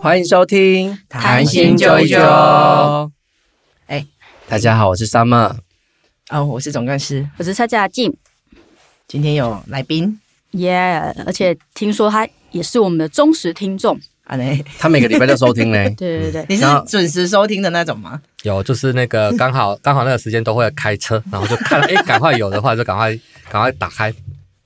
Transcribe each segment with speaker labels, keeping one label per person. Speaker 1: 欢迎收听《
Speaker 2: 谈心啾一啾》。
Speaker 1: 哎，大家好，我是 Summer。
Speaker 2: 哦，我是总干事，
Speaker 3: 我是蔡佳静，
Speaker 2: 今天有来宾
Speaker 3: 耶、而且听说他也是我们的忠实听众，，
Speaker 2: 啊，嘞，
Speaker 1: 他每个礼拜都收听嘞
Speaker 3: 对对对，
Speaker 2: 你是
Speaker 1: 然后
Speaker 2: 准时收听的那种吗？
Speaker 4: 有，就是那个刚好刚好那个时间都会开车， 然后就看了，哎，赶快有的话就赶快赶快打开。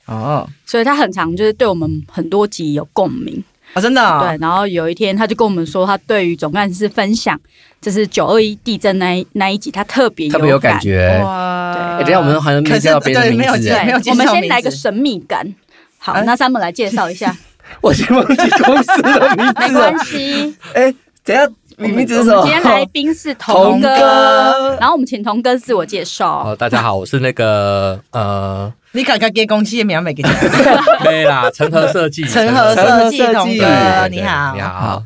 Speaker 2: 哦，
Speaker 3: 所以他很常就是对我们很多集有共鸣。
Speaker 2: 哦，真的、哦，
Speaker 1: 啊
Speaker 3: 对，然后有一天他就跟我们说，他对于总干事分享，就是九二一地震那一那一集，他特别
Speaker 1: 特别有感
Speaker 3: 觉。
Speaker 1: 觉。
Speaker 2: 哇
Speaker 1: 哎等一下我们好像没
Speaker 2: 可是
Speaker 1: 介绍别人的
Speaker 2: 对没有
Speaker 1: 名字啊
Speaker 2: 介没有介
Speaker 3: 对，我
Speaker 2: 绍
Speaker 3: 们先
Speaker 2: 名
Speaker 3: 来个
Speaker 2: 字
Speaker 3: 神秘感。好，
Speaker 2: 哎
Speaker 3: 那山姆来介绍 一下，
Speaker 1: 我先忘记公司的名
Speaker 3: 没
Speaker 1: 字了
Speaker 3: 关。系。
Speaker 1: 哎， 等一下，你名字是什
Speaker 3: 我们今天来
Speaker 1: 么？
Speaker 3: 宾是
Speaker 1: 童
Speaker 3: 童哥，
Speaker 1: 哥
Speaker 3: 然后我们请童哥自我介绍。
Speaker 4: 哦，大家好，我是那个呃，
Speaker 2: 你敢敢给公司的名没给讲？
Speaker 4: 对啦， 成和设 计，
Speaker 2: 陈和
Speaker 1: 陈和
Speaker 2: 设计
Speaker 1: 设
Speaker 2: 董
Speaker 1: 计
Speaker 2: 哥，
Speaker 4: 对，
Speaker 2: 你好，
Speaker 4: 你好，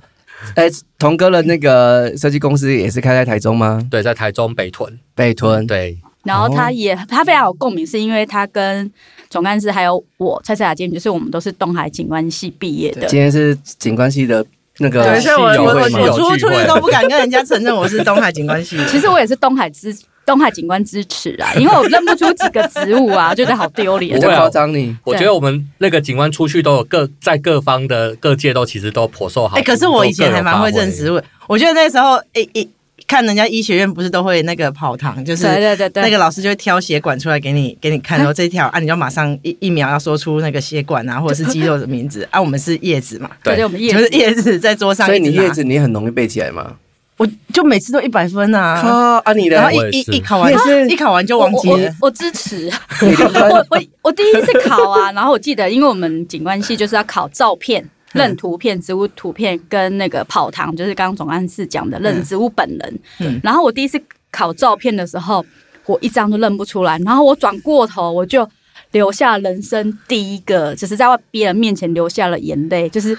Speaker 1: 哎，童哥的那个设计公司也是开在台中吗？
Speaker 4: 对，在台中北屯，
Speaker 1: 北屯。
Speaker 4: 对，
Speaker 3: 然后
Speaker 1: 哦
Speaker 3: 他也、他非常有共鸣，是因为他跟总干事还有我蔡蔡雅健，就是我们都是东海景观系毕业的
Speaker 1: 今。天是景观系的那个
Speaker 2: 对，所以我
Speaker 4: 有
Speaker 2: 我我
Speaker 4: 会吗
Speaker 2: 我出
Speaker 4: 有聚
Speaker 2: 出
Speaker 4: 会
Speaker 2: 去都不敢跟人家承认我是东海景观系的。
Speaker 3: 其实我也是东海支东海景观支持啊，因为我认不出几个植物啊，觉得好丢脸
Speaker 1: 比。较夸张你。
Speaker 4: 我觉得我们那个景观出去都有各在各方的各界都其实都颇受好
Speaker 2: 哎、
Speaker 4: 评。
Speaker 2: 可是我以前还蛮会认
Speaker 4: 认识。
Speaker 2: 识我，我觉得那时候哎一、看人家医学院不是都会那个跑堂，就是
Speaker 3: 对对对对，
Speaker 2: 那个老师就会挑血管出来给你给你看，然后这一条啊，你就马上一一秒要说出那个血管啊，或者是肌肉的名字啊。我们是叶子嘛，
Speaker 3: 对
Speaker 4: 对
Speaker 3: 对，我们叶
Speaker 2: 就是
Speaker 3: 子
Speaker 2: 叶子在桌上，
Speaker 1: 所以你
Speaker 2: 一直拿啊
Speaker 1: 叶子，你很容易背起来嘛？
Speaker 2: 我就每次都一百分啊，
Speaker 1: 啊啊，你
Speaker 2: 然后
Speaker 1: 的
Speaker 4: 我
Speaker 2: 一
Speaker 4: 也是
Speaker 2: 一一考完
Speaker 1: 你也是
Speaker 2: 一考完就
Speaker 3: 我
Speaker 2: 忘
Speaker 3: 我
Speaker 2: 记了
Speaker 3: 我。我支持。
Speaker 1: 你的
Speaker 3: 我
Speaker 1: 分
Speaker 3: 我我第一次考啊，然后我记得，因为我们景观系就是要考照片、认图片、植物图片跟那个跑堂，就是刚刚总干事讲的认植物本人。
Speaker 2: 嗯
Speaker 3: 然后我第一次考照片的时候，我一张都认不出来，然后我转过头我就留下人生第一个，就是在外别人面前流下了眼泪，就是。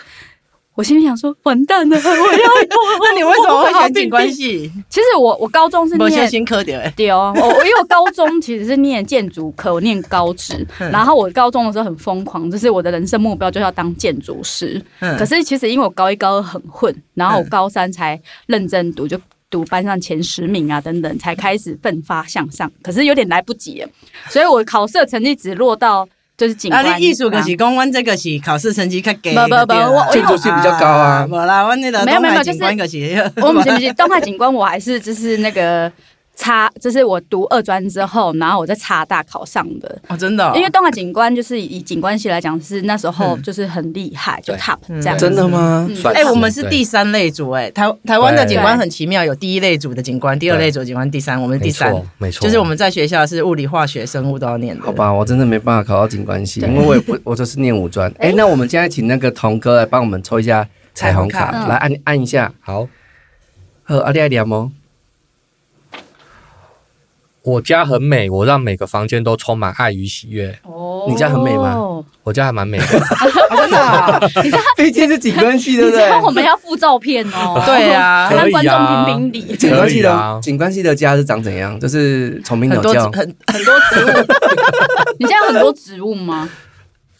Speaker 3: 我心里想说，完蛋了，我要我我
Speaker 2: 那你为什么会
Speaker 3: 我不好
Speaker 2: 选
Speaker 3: 病
Speaker 2: 景观
Speaker 3: 病
Speaker 2: 系？
Speaker 3: 其实我我高中是
Speaker 2: 我先
Speaker 3: 念
Speaker 2: 新科点，
Speaker 3: 对哦，我我因为我高中其实是念建筑科，我念高职，
Speaker 2: 嗯
Speaker 3: 然后我高中的时候很疯狂，就是我的人生目标就是要当建筑师。
Speaker 2: 嗯
Speaker 3: 可是其实因为我高一高二很混，然后我
Speaker 2: 嗯
Speaker 3: 高三才认真读，就读班上前十名啊等等，才开始奋发向上。可是有点来不及了，所以我考试的成绩只落到就是景观
Speaker 2: 啊，你艺术可
Speaker 3: 班
Speaker 2: 是讲，阮这个是考试成绩较低。
Speaker 3: 不不不我
Speaker 1: 建筑系比较高啊
Speaker 2: 无啦，阮那个
Speaker 3: 没有没有
Speaker 2: 东海
Speaker 3: 就是
Speaker 2: 景观可是
Speaker 3: 我们行不行？动态景观我还是就是那个差，就是我读二专之后，然后我在差大考上的。
Speaker 2: 哦，真的哦，
Speaker 3: 因为东海景观就是以景观系来讲，是那时候
Speaker 2: 嗯
Speaker 3: 就是很厉害，就
Speaker 4: 对
Speaker 3: top
Speaker 2: 嗯
Speaker 3: 这样。
Speaker 1: 真的吗？
Speaker 3: 嗯
Speaker 4: 算
Speaker 2: 哎、我们是
Speaker 4: 对
Speaker 2: 第三类组、哎，台台湾的
Speaker 4: 对
Speaker 2: 景观很奇妙，有第一类组的景观，第二类组的景观，第三，我们是第
Speaker 4: 没
Speaker 2: 三，
Speaker 4: 错，没错，
Speaker 2: 就是我们在学校是物理、化学、生物都要念的。
Speaker 1: 好，吧，我真的没办法考到景观系，因为我也不， 我就是念五专。哎、那我们现在请那个童哥来帮我们抽一下彩虹卡，
Speaker 2: 彩
Speaker 3: 虹卡
Speaker 1: 来按按一下。
Speaker 4: 好。
Speaker 1: 呃，阿丽爱聊吗？
Speaker 4: 我家很美，我让每个房间都充满爱与喜悦。
Speaker 3: 哦
Speaker 1: 你家很美吗？
Speaker 4: 我家还蛮美的，
Speaker 2: 啊真的啊、。
Speaker 1: 毕竟是景观系，
Speaker 3: 你
Speaker 1: 对不
Speaker 3: 知
Speaker 1: 对？
Speaker 3: 道我们要附照片哦
Speaker 2: 对 啊
Speaker 3: 让观众
Speaker 4: 可以啊
Speaker 3: 评评理。
Speaker 1: 景观系的、
Speaker 4: 可以啊
Speaker 1: 景观系的家是长怎样？就是虫鸣
Speaker 2: 很
Speaker 1: 鸟
Speaker 2: 多
Speaker 1: 叫，
Speaker 2: 很
Speaker 3: 很多植物， 你家有很多植物吗？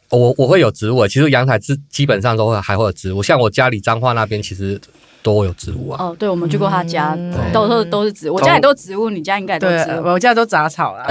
Speaker 4: 哦我我会有植物。其实阳台基基本上都会还会有植物，像我家里彰化那边其实都有植物啊。
Speaker 3: 哦，对，我们去过他家，
Speaker 4: 对
Speaker 3: 都都都是植物。我家也都植物，你家应该也都
Speaker 2: 对
Speaker 3: 植，物。
Speaker 2: 我家都杂草 啦，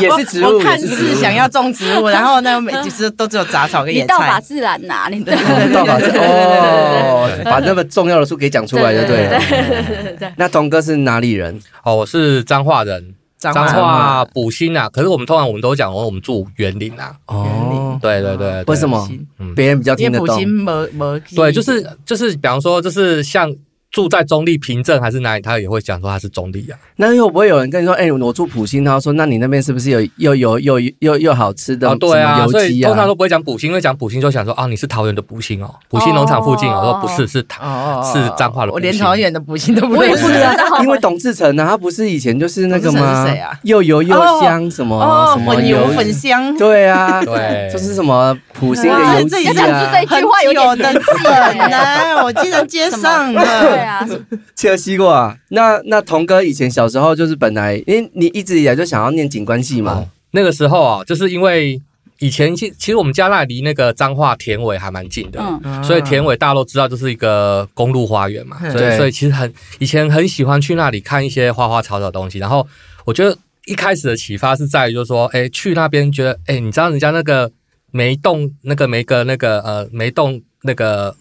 Speaker 1: 也也是植
Speaker 2: 我
Speaker 1: 物，
Speaker 2: 我看
Speaker 1: 也是植
Speaker 2: 似
Speaker 1: 物
Speaker 2: 想要种植物，然后呢，每其实都只有杂草跟
Speaker 3: 你
Speaker 2: 野
Speaker 3: 道法
Speaker 2: 菜。
Speaker 3: 自然呐，你的
Speaker 1: 哦 到把这哦，把那么重要的书给讲出来就对了。
Speaker 3: 对对。
Speaker 1: 那童哥是哪里人？
Speaker 4: 哦，我是彰化人，
Speaker 2: 脏
Speaker 3: 啊
Speaker 4: 彰
Speaker 1: 彰化
Speaker 4: 化补新啊。可是我们通常我们都讲我们住园林啊。
Speaker 1: 哦，
Speaker 4: 对对对，对
Speaker 1: 为什么
Speaker 4: 嗯
Speaker 1: 别人比较听
Speaker 2: 因为
Speaker 1: 得
Speaker 2: 补
Speaker 1: 懂
Speaker 2: 习。没没
Speaker 4: 对，就是就是，比方说，就是像住在中立平镇还是哪里，他也会讲说他是中立啊。
Speaker 1: 那又不会有人跟你说，哎、我住普星，然后说，那你那边是不是有又有又又又又好吃的、
Speaker 4: 哦，对
Speaker 1: 什
Speaker 4: 啊，
Speaker 1: 么
Speaker 4: 所
Speaker 1: 油
Speaker 4: 以
Speaker 1: 鸡
Speaker 4: 通
Speaker 1: 啊
Speaker 4: 常？都不会讲补新，因为讲补新就想说啊，你是桃园的补新哦，补新农场附近哦。我说不是，是桃
Speaker 2: 哦
Speaker 4: 是彰化的
Speaker 2: 我
Speaker 4: 补习
Speaker 2: 连桃园的补习都不
Speaker 3: 我也
Speaker 2: 认
Speaker 3: 不
Speaker 2: 识。
Speaker 3: 知 道，
Speaker 1: 啊因为董志成呢、啊，他不是以前就是那个
Speaker 2: 董志成
Speaker 1: 吗？
Speaker 2: 是谁啊
Speaker 1: 又油又香什么、
Speaker 2: 哦
Speaker 1: 什，么
Speaker 2: 粉油
Speaker 1: 油
Speaker 2: 粉香，
Speaker 1: 对啊，
Speaker 4: 对
Speaker 1: 就是什么普星
Speaker 2: 哇
Speaker 1: 的油
Speaker 2: 这
Speaker 1: 鸡
Speaker 2: 也
Speaker 3: 要
Speaker 2: 是
Speaker 3: 讲出这
Speaker 1: 啊
Speaker 3: 一，句话有点啊
Speaker 2: 很久的字 很难，我竟然接上
Speaker 3: 对
Speaker 2: 了。
Speaker 3: 啊，
Speaker 1: 切西瓜。那那童哥以前小时候就是本来，因为你一直以来就想要念景观系嘛，
Speaker 4: 哦那个时候啊，就是因为以前其其实我们家那里离那个彰化田尾还蛮近的，
Speaker 3: 嗯，
Speaker 4: 所以田尾大家都知道就是一个公路花园嘛，
Speaker 2: 嗯
Speaker 4: 所以
Speaker 1: 对
Speaker 4: 所以其实很以前很喜欢去那里看一些花花草草的东西。然后我觉得一开始的启发是在于就是说，哎，去那边觉得，哎，你知道人家那个每一栋那个每个那个呃每一栋那个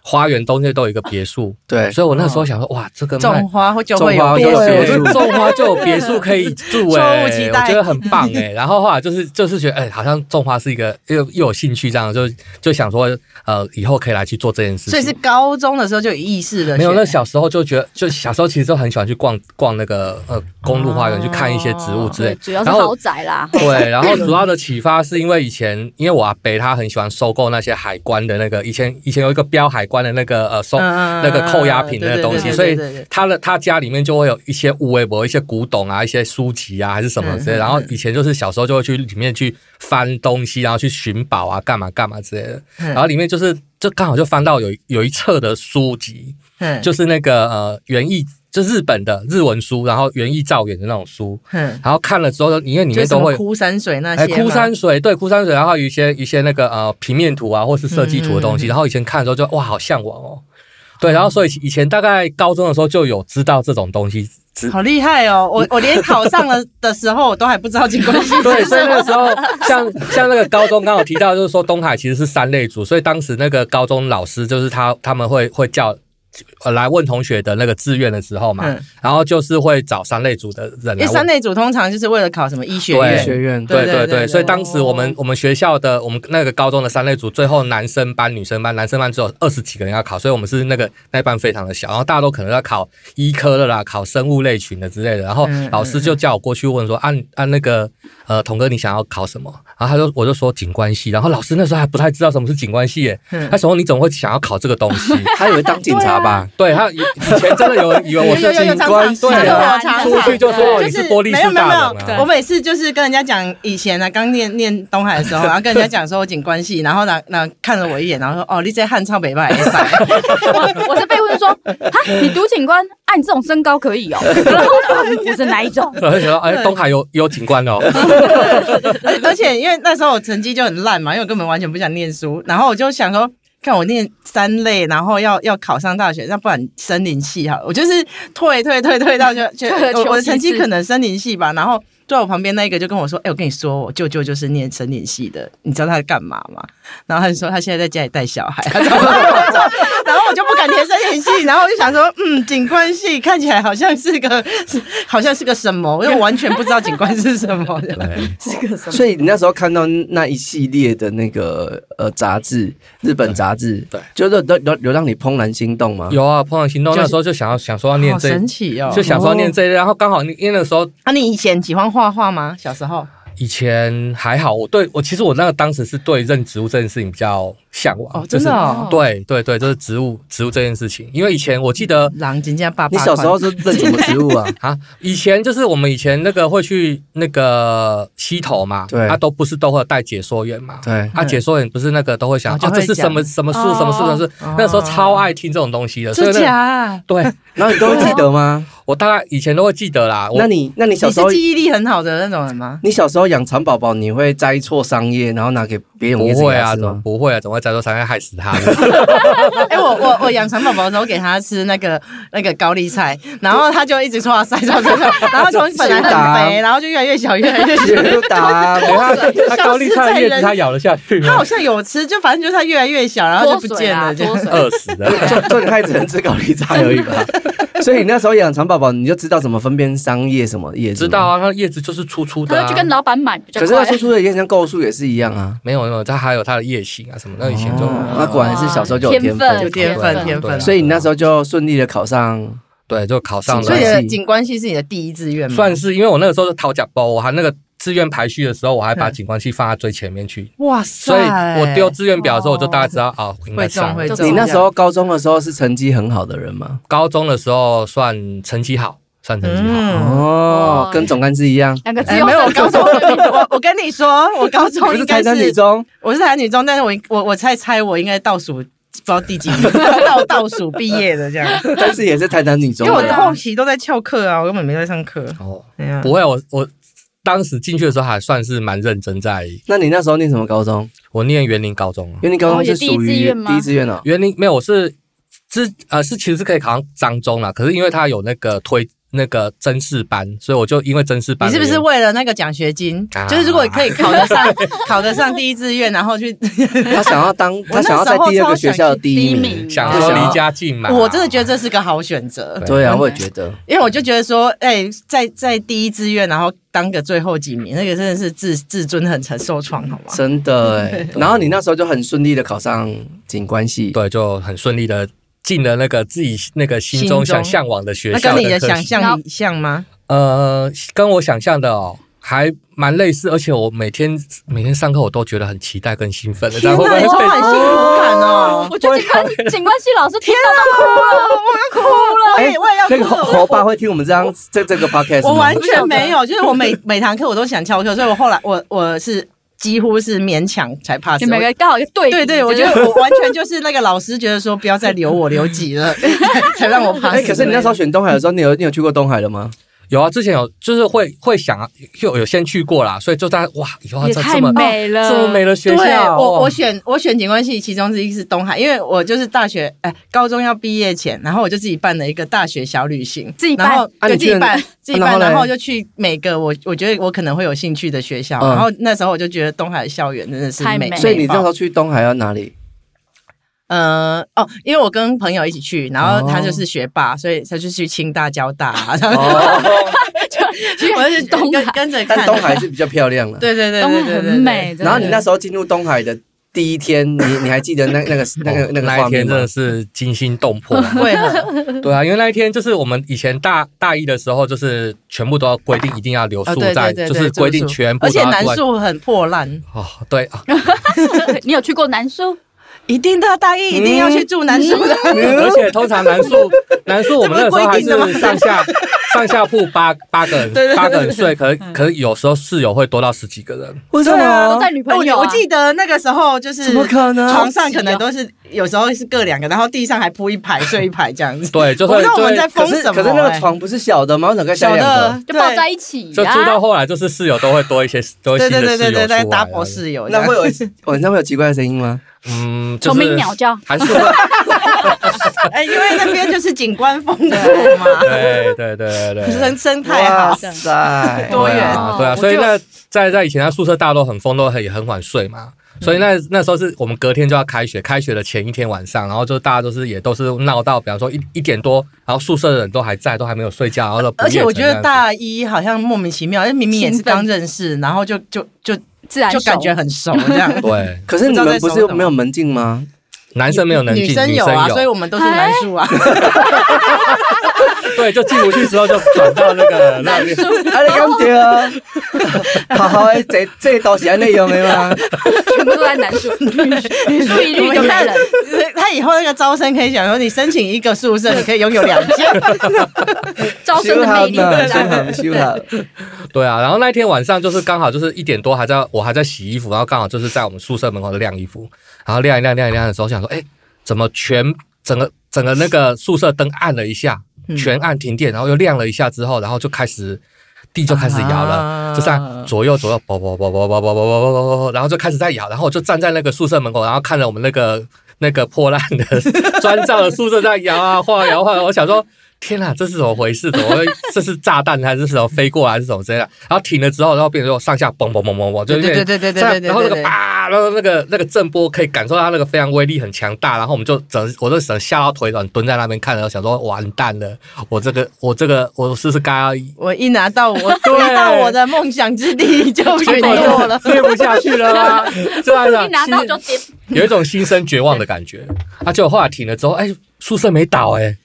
Speaker 4: 花园东西都有一个别墅，
Speaker 1: 对，
Speaker 4: 所以我那时候想说，哇，这个卖
Speaker 2: 种花会就
Speaker 1: 种
Speaker 2: 会有
Speaker 1: 花
Speaker 2: 别
Speaker 1: 就会有别
Speaker 2: 墅
Speaker 1: 墅
Speaker 4: 对，种花就有别墅可以 住
Speaker 2: 迫
Speaker 4: 哎、
Speaker 2: 不及
Speaker 4: 我
Speaker 2: 待
Speaker 4: 觉得很棒哎、然后后来就是就是觉得哎、好像种花是一个呃又又有兴趣这样，就就想说呃以后可以来去做这件事
Speaker 2: 所以是
Speaker 4: 情。
Speaker 2: 高中的时候就有意识的学，
Speaker 4: 没有，那小时候就觉得，就小时候其实都很喜欢去逛逛那个呃公路花园，去看一些植物之类
Speaker 3: 哦对，。主要是
Speaker 4: 然后
Speaker 3: 豪宅啦，
Speaker 4: 对，然后主要的启发是因为以前，因为我阿伯他很喜欢收购那些海关的那个，以前以前有一个标海关的那个呃收
Speaker 2: 嗯
Speaker 4: 那个扣押品那个东西，
Speaker 2: 对对对
Speaker 4: 所以
Speaker 2: 对对对
Speaker 4: 他的他家里面就会有一些无微博、一些古董啊、一些书籍啊，还是什么之类的。
Speaker 2: 嗯嗯
Speaker 4: 然后以前就是小时候就会去里面去翻东西，然后去寻宝啊，干嘛干嘛之类的。
Speaker 2: 嗯
Speaker 4: 然后里面就是就刚好就翻到有有一册的书籍，
Speaker 2: 嗯
Speaker 4: 就是那个呃园艺，就日本的日文书，然后园艺造园的那种书。
Speaker 2: 嗯，
Speaker 4: 然后看了之后，因为里
Speaker 2: 就
Speaker 4: 面
Speaker 2: 是什
Speaker 4: 都
Speaker 2: 么
Speaker 4: 会
Speaker 2: 枯山水那
Speaker 4: 哎，
Speaker 2: 些嘛，
Speaker 4: 枯山水对枯山水，然后有一些一些那个呃平面图啊，或是设计图的东西，
Speaker 2: 嗯嗯嗯
Speaker 4: 然后以前看的时候就哇，好向往哦。对，然后所以以前大概高中的时候就有知道这种东西，知
Speaker 2: 好厉害哦！我我连考上了的时候，我都还不知道景观 系
Speaker 4: 对，所以那个时 候像像那个高中刚好提到，就是说东海其实是三类组，所以当时那个高中老师就是他他们会会叫。呃，来问同学的那个志愿的时候嘛，
Speaker 2: 嗯
Speaker 4: 然后就是会找三类组的
Speaker 2: 因
Speaker 4: 人来
Speaker 2: 为
Speaker 4: 问
Speaker 2: 三类组通常就是为了考什么医学
Speaker 4: 对
Speaker 1: 医
Speaker 2: 院，
Speaker 1: 学院
Speaker 2: 对
Speaker 4: 对
Speaker 2: 对
Speaker 4: 对
Speaker 2: 对
Speaker 4: 对，所以当时我们
Speaker 2: 哦
Speaker 4: 我们学校的我们那个高中的三类组，最后男生班、女生班，男生班只有二十几个人要考，所以我们是那个那一班非常的小，然后大家都可能要考医科的啦，考生物类群的之类的，然后
Speaker 2: 嗯
Speaker 4: 老师就叫我过去问说，按按、啊那个呃，童哥你想要考什么？然后他就我就说景观系，然后老师那时候还不太知道什么是景观系耶，
Speaker 2: 嗯
Speaker 4: 他说你怎么会想要考这个东西？
Speaker 1: 他以为当警察
Speaker 2: 啊
Speaker 1: 吧？
Speaker 4: 对他以以前真的有人以为我
Speaker 2: 有
Speaker 4: 是
Speaker 2: 有有
Speaker 4: 警
Speaker 2: 常
Speaker 4: 官，
Speaker 2: 常
Speaker 4: 对
Speaker 2: 常
Speaker 4: 啊，
Speaker 2: 常常
Speaker 4: 出去就说
Speaker 3: 对
Speaker 4: 你
Speaker 2: 就是
Speaker 4: 玻璃
Speaker 2: 没有
Speaker 4: 是
Speaker 2: 没有没
Speaker 4: 大
Speaker 2: 有
Speaker 4: 人
Speaker 3: 对
Speaker 4: 啊
Speaker 2: 我。每次就是跟人家讲以前啊，刚念念东海的时候，然后跟人家讲说我景观系，然后呢呢看了我一眼，然后说哦，你这汉超北派，
Speaker 3: 我我是被问说，哈，你读警官，啊，你这种身高可以哦，然后我就我是哪一种？
Speaker 4: 然后就想到，哎，东海有有景观哦，
Speaker 2: 而而且因为那时候我成绩就很烂嘛，因为我根本完全不想念书，然后我就想说。看我念三类，然后要要考上大学，那不然森林系好了。我就是退退退退到就就
Speaker 3: 退而求
Speaker 2: 我我的
Speaker 3: 其
Speaker 2: 成绩
Speaker 3: 次
Speaker 2: 可能森林系吧。然后啊坐在我旁边那一个就跟我说：“哎、我跟你说，我舅舅就是念森林系的，你知道他在干嘛吗？”然后他就说他现在在家里带小孩，他怎么然后我就不敢填森林系，然后我就想说，嗯，景观系看起来好像是个 好像是个什么，因为我完全不知道景观是什么。
Speaker 4: 对，
Speaker 3: 是个什么？
Speaker 1: 所以你那时候看到那一系列的那个呃杂志，日本杂志，
Speaker 4: 对，
Speaker 1: 就是有有有让你怦然心动吗？
Speaker 4: 有啊，怦然心动，
Speaker 2: 就是
Speaker 4: 那时候就想要想说要念
Speaker 2: 好
Speaker 4: 这，
Speaker 2: 神奇哦！
Speaker 4: 就想说要念这一类，然后刚好因为那个时候
Speaker 2: 啊，你以前喜欢画画吗？小时候？哦
Speaker 4: 以前还好，我对我其实我那个当时是对认植物这件事情比较向往，
Speaker 2: 哦，真的
Speaker 4: 就是
Speaker 2: 哦。
Speaker 4: 对对对，就是植物植物这件事情，因为以前我记得
Speaker 2: 狼人家爸爸。
Speaker 1: 你小时候是认什么植 物啊？
Speaker 4: 啊，以前就是我们以前那个会去那个溪头嘛，
Speaker 1: 对
Speaker 4: 啊都不是都会有带解说员嘛，
Speaker 1: 对，
Speaker 4: 啊解说员不是那个都会想
Speaker 2: 哦就
Speaker 4: 啊
Speaker 2: 会
Speaker 4: 这是什么
Speaker 2: 讲哦
Speaker 4: 什么树什么树什么树，那时候超爱听这种东西的，所以
Speaker 2: 真
Speaker 4: 那个
Speaker 2: 假？
Speaker 4: 对
Speaker 1: 然后你都会记得吗？
Speaker 4: 我大概以前都会记得啦，我
Speaker 1: 那你那你小
Speaker 2: 你
Speaker 1: 时
Speaker 2: 是
Speaker 1: 候
Speaker 2: 记忆力很好的那种人 吗？
Speaker 1: 你小时候养蚕宝宝，你会摘错桑叶，然后拿给别人
Speaker 4: 不
Speaker 1: 叶子
Speaker 4: 会
Speaker 1: 给
Speaker 4: 啊，
Speaker 1: 他吃
Speaker 4: 怎么
Speaker 1: 吗？
Speaker 4: 不会啊？怎么会再说伤害害死他？
Speaker 2: 哎，我我我养蚕宝宝的时候给他吃那个那个高丽菜，然后他就一直说他塞塞塞塞，然后从本来很肥，然后就越来越小，越来 越小。
Speaker 1: 就打
Speaker 4: 等下他高丽菜的叶子他咬了下去
Speaker 2: 他
Speaker 4: 吗
Speaker 2: 好？像有吃，就反正就是他越来越小，然后就
Speaker 3: 脱
Speaker 2: 不
Speaker 3: 水
Speaker 2: 见
Speaker 3: 啊，
Speaker 2: 了。这样
Speaker 3: 脱水。
Speaker 4: 饿死的。
Speaker 1: 就就你还只能吃高丽菜而已吧。所以你那时候养蚕宝宝，你就知道怎么分辨桑叶什么叶子。
Speaker 4: 知道。啊，它叶子就是粗粗的、
Speaker 3: 他就去跟
Speaker 4: 啊。
Speaker 3: 老板买比较
Speaker 1: 可是
Speaker 3: 快
Speaker 1: 它。说出的叶像构树也是一样啊。
Speaker 4: 没有没有，它还有它的叶形啊什么的，那以前就、
Speaker 1: 哦那果然是小时候就有
Speaker 3: 天
Speaker 1: 天
Speaker 3: 分
Speaker 1: 分，
Speaker 2: 有天
Speaker 4: 对
Speaker 2: 分，
Speaker 4: 啊
Speaker 2: 天
Speaker 4: 对啊
Speaker 2: 分。
Speaker 1: 所以你那时候就顺利的考上。
Speaker 4: 对就考 上
Speaker 2: 所以你
Speaker 4: 了，
Speaker 2: 的景观系是你的第一志愿吗？
Speaker 4: 算是因为我那个时候是讨假包，我还那个志愿排序的时候，我还把景观系放在最前面去，
Speaker 2: 哇塞！
Speaker 4: 所以我丢志愿表的时候，我就大概知道啊，应该上。
Speaker 2: 会中会中。
Speaker 1: 你那时候高中的时候是成绩很好的人吗？
Speaker 4: 高中的时候算成绩好，算成绩好。
Speaker 2: 嗯。
Speaker 1: 哦，跟总干事一样。
Speaker 3: 两个只
Speaker 2: 哎，
Speaker 3: 有
Speaker 2: 没有，我
Speaker 3: 身
Speaker 2: 高
Speaker 3: 高
Speaker 2: 中，我我跟你说，我高中
Speaker 1: 不是
Speaker 2: 应该
Speaker 1: 台
Speaker 2: 是
Speaker 1: 南女中，
Speaker 2: 我是台南女中，但是我我我猜猜我应该倒数不知道第 几名，倒倒数毕业的这
Speaker 4: 啊
Speaker 2: 样，
Speaker 1: 但是也是台南女
Speaker 2: 因
Speaker 1: 中
Speaker 2: 为
Speaker 1: 的。
Speaker 2: 我后期都在翘课啊，我根本没在上课。
Speaker 4: 哦，
Speaker 2: 对啊
Speaker 4: 不，会，我我当时进去的时候还算是蛮认真在。
Speaker 1: 那你那时候念什么高中？
Speaker 4: 我念园林高中啊，
Speaker 1: 因为你高中
Speaker 3: 哦
Speaker 1: 是
Speaker 3: 也第一
Speaker 1: 属于
Speaker 3: 志愿吗
Speaker 1: 第一志 愿哦。
Speaker 4: 园林没有，我是之呃是其实是可以考上彰中啦，可是因为他有那个推那个甄试班，所以我就因为甄试班
Speaker 2: 你
Speaker 4: 的
Speaker 2: 是
Speaker 4: 原
Speaker 2: 不
Speaker 4: 因，
Speaker 2: 是为了那个奖学金
Speaker 4: 啊？
Speaker 2: 就是如果可以考得 上，考得上第一志愿，然后去，
Speaker 1: 他想要当，他想要在第二个学校的第一名。
Speaker 4: 想
Speaker 1: 就
Speaker 4: 说
Speaker 1: 想要
Speaker 4: 离家近嘛？
Speaker 2: 我真的觉得这是个好选择，
Speaker 1: 对啊，我也觉得。
Speaker 2: 因为我就觉得说，哎、在在第一志愿，然后当个最后几名，那个真的是自自尊很很受创，好吗？
Speaker 1: 真的哎、然后你那时候就很顺利的考上景观系，
Speaker 4: 对，就很顺利的进了那个自己那个心
Speaker 2: 心
Speaker 4: 中
Speaker 2: 中
Speaker 4: 想向往的学
Speaker 2: 那
Speaker 4: 校
Speaker 2: 跟你的
Speaker 4: 科
Speaker 2: 想
Speaker 4: 系
Speaker 2: 象一像吗？
Speaker 4: 呃，跟我想象的哦。还蛮类似，而且我每天每天上课我都觉得很期待跟兴奋的，
Speaker 2: 天
Speaker 4: 然后
Speaker 2: 哪，你充满幸福感 哦！
Speaker 3: 我觉得警官警官系老师听到
Speaker 2: 哭
Speaker 3: 都哭了，
Speaker 2: 了，
Speaker 4: 哎
Speaker 2: 我也我也要哭
Speaker 1: 那个
Speaker 2: 了
Speaker 1: 猴猴爸会听我们这样这这个 podcast
Speaker 2: 我
Speaker 1: 吗哎
Speaker 2: 完？全没有，就是 我每每堂课我都想翘课，所以我后来我我是几乎是勉强才 pass
Speaker 3: 你。们
Speaker 2: 我
Speaker 3: 个刚好一个对比
Speaker 2: 对对，我觉得我完全就是那个老师觉得说不要再留我留级 了，才让我 pass
Speaker 1: 哎、
Speaker 2: 之类的。
Speaker 1: 可是你那时候选东海的时候，你有你有去过东海了吗？
Speaker 4: 有啊，之前有就是会会想啊有有先去过啦，所以就在哇，以后要
Speaker 3: 也
Speaker 4: 这
Speaker 3: 太
Speaker 4: 这么哦
Speaker 3: 美了，
Speaker 4: 这么美的学
Speaker 2: 对，
Speaker 4: 校，
Speaker 1: 哦
Speaker 4: 哦
Speaker 2: 我
Speaker 4: 哇
Speaker 2: 我选我选景观系，其中之一是东海，因为我就是大学哎、高中要毕业前，然后我就自己办了一个大学小旅行，
Speaker 3: 自己办
Speaker 2: 然后
Speaker 1: 啊
Speaker 2: 对
Speaker 1: 你
Speaker 2: 自
Speaker 1: 居
Speaker 2: 己
Speaker 1: 然
Speaker 2: 办自己
Speaker 1: 然后
Speaker 2: 办，
Speaker 1: 嘞
Speaker 2: 然后就去每个我我觉得我可能会有兴趣的学校，
Speaker 1: 嗯
Speaker 2: 然后那时候我就觉得东海的校园真的是
Speaker 3: 太
Speaker 2: 美
Speaker 3: 美，
Speaker 1: 所以你那
Speaker 2: 爆
Speaker 1: 时候去东海要哪里？
Speaker 2: 呃，哦，因为我跟朋友一起去，然后他就是学霸，所以他就去清大、交大、啊然后
Speaker 1: 哦，
Speaker 3: 我是东
Speaker 2: 跟
Speaker 3: 海，
Speaker 2: 跟着看
Speaker 1: 但东海是比较漂亮了。
Speaker 2: 对对对
Speaker 3: 东
Speaker 2: 对
Speaker 3: 海
Speaker 2: 对对
Speaker 3: 很
Speaker 2: 对，
Speaker 3: 美。真的
Speaker 1: 然后你那时候进入东海的第一天， 你你还记得那那个那个那个
Speaker 4: 哦那
Speaker 1: 画
Speaker 4: 一天
Speaker 1: 面
Speaker 4: 真
Speaker 1: 吗
Speaker 4: 的？是惊心动魄。
Speaker 2: 为何？
Speaker 4: 对啊，因为那一天就是我们以前大大一的时候，就是全部都要规定一定要留
Speaker 2: 哦，
Speaker 4: 宿
Speaker 2: 对
Speaker 4: 在，
Speaker 2: 对对，
Speaker 4: 就是规定全部
Speaker 2: 而
Speaker 4: 都
Speaker 2: 且哎
Speaker 4: 要
Speaker 2: 南
Speaker 4: 住在
Speaker 2: 树很破烂，
Speaker 4: 哦，对 啊，
Speaker 3: 你有去过南苏？
Speaker 2: 一定的，大一一定要去住南树的，
Speaker 3: 嗯
Speaker 4: 而且通常南 树南树我们那个时候还
Speaker 2: 这不是规定的
Speaker 4: 是上下上下铺八八个
Speaker 2: 对对嗯
Speaker 4: 人八个人睡，可可是有时候室友会多到十几个人。
Speaker 1: 为什
Speaker 2: 对啊
Speaker 3: 都
Speaker 1: 么？
Speaker 3: 带女朋友啊
Speaker 2: 我记得那个时候就是
Speaker 1: 怎么可能
Speaker 2: 床上可能都是有时候是各两个，然后地上还铺一排睡一排这样子。
Speaker 4: 对，就
Speaker 2: 我不
Speaker 4: 会
Speaker 2: 知道我
Speaker 4: 就
Speaker 2: 们
Speaker 4: 会
Speaker 2: 在
Speaker 1: 可
Speaker 2: 疯
Speaker 1: 是
Speaker 2: 什么、
Speaker 1: 可是那个
Speaker 2: 哎
Speaker 1: 床不是小的吗？我怎么可以下
Speaker 2: 小
Speaker 1: 两
Speaker 2: 的
Speaker 1: 个？
Speaker 3: 就抱在
Speaker 2: 一
Speaker 3: 一起
Speaker 4: 就
Speaker 3: 啊
Speaker 4: 住到后来，就是室友都会多一些多一
Speaker 2: 对对
Speaker 4: 些的
Speaker 2: 对
Speaker 4: 室
Speaker 2: 对
Speaker 4: 友
Speaker 2: 对
Speaker 4: 出来
Speaker 2: 对，。搭博室友这
Speaker 1: 那
Speaker 2: 样，
Speaker 1: 会有晚上会有奇怪的声音吗？
Speaker 4: 嗯，就
Speaker 3: 虫
Speaker 4: 是
Speaker 3: 鸣鸟叫，
Speaker 4: 还是 会
Speaker 2: 哎，因为那边就是景观丰富嘛，
Speaker 4: 对对对对 对，
Speaker 2: 生生态啊
Speaker 1: 哇
Speaker 2: 好。
Speaker 1: 塞，
Speaker 2: 多远
Speaker 4: 对啊，对啊，
Speaker 3: 哦
Speaker 4: 所以
Speaker 3: 我就
Speaker 4: 那在在以前，他宿舍大家都很疯，都很也很晚睡嘛。
Speaker 2: 嗯
Speaker 4: 所以那那时候是我们隔天就要开学，开学的前一天晚上，然后就大家都是也都是闹到，比方说一一点多，然后宿舍的人都还在，都还没有睡觉，然后都不
Speaker 2: 而且
Speaker 4: 夜
Speaker 2: 我
Speaker 4: 城
Speaker 2: 觉
Speaker 4: 这
Speaker 2: 得
Speaker 4: 样子
Speaker 2: 大一好像莫名其妙，因为明明也是刚认识，然后就就就
Speaker 3: 自然
Speaker 2: 就感
Speaker 3: 熟
Speaker 2: 觉很熟这 样。
Speaker 4: 对
Speaker 1: 可是你们不是没有门禁吗？
Speaker 4: 男生没有能进，
Speaker 2: 女
Speaker 4: 女
Speaker 2: 生
Speaker 4: 生
Speaker 2: 有啊，所以我们都是男数啊。
Speaker 4: 对，就进不去之后就转到那 个那边。
Speaker 1: 啊，你讲对啊，好好诶，这这都是安内用的 吗？
Speaker 3: 全部都在南苏，女苏一律都没人。
Speaker 2: 他以后那个招生可以想说，你申请一个宿舍，你可以拥有两间。
Speaker 3: 招生
Speaker 1: 修
Speaker 3: 的
Speaker 1: 好
Speaker 3: 魅力
Speaker 1: 呢，修
Speaker 3: 在。
Speaker 1: 好修好。
Speaker 4: 对啊，然后那一天晚上就是刚好就是一点多，还在我还在洗衣服，然后刚好就是在我们宿舍门口在晾衣服，然后晾一晾晾一晾的时候，想说，哎，怎么全整个整个那个宿舍灯暗了一下，全暗停电，然后又亮了一下之后，然后就开始地就开始摇了，
Speaker 2: 啊
Speaker 4: 就这样左右左右，啵啵啵啵啵啵啵啵啵啵啵，然后就开始在摇，然后我就站在那个宿舍门口，然后看着我们那个那个破烂的砖造的宿舍在摇啊晃啊摇啊晃啊，我想说。天啊，这是怎么回事？怎么会？这是炸弹还是什么飞过来还是什么之类的？然后停了之后，然后变成说上下嘣嘣嘣嘣嘣，就有点
Speaker 2: 对对对对对对对对
Speaker 4: 然后那
Speaker 2: 对
Speaker 4: 个啊，然后那个那个震波可以感受到它那个非常威力很强大，然后我们就整我就整吓到腿软，蹲在那边看，然后想说完蛋了，我这个我这个我是不是该要
Speaker 2: 我一拿到 我一到我的梦想之地就陨落了。
Speaker 4: 接不下去了吗？这样
Speaker 3: 一拿到就点，
Speaker 4: 有一种心生绝望的感觉。啊，结果后来停了之后，哎，宿舍没倒哎、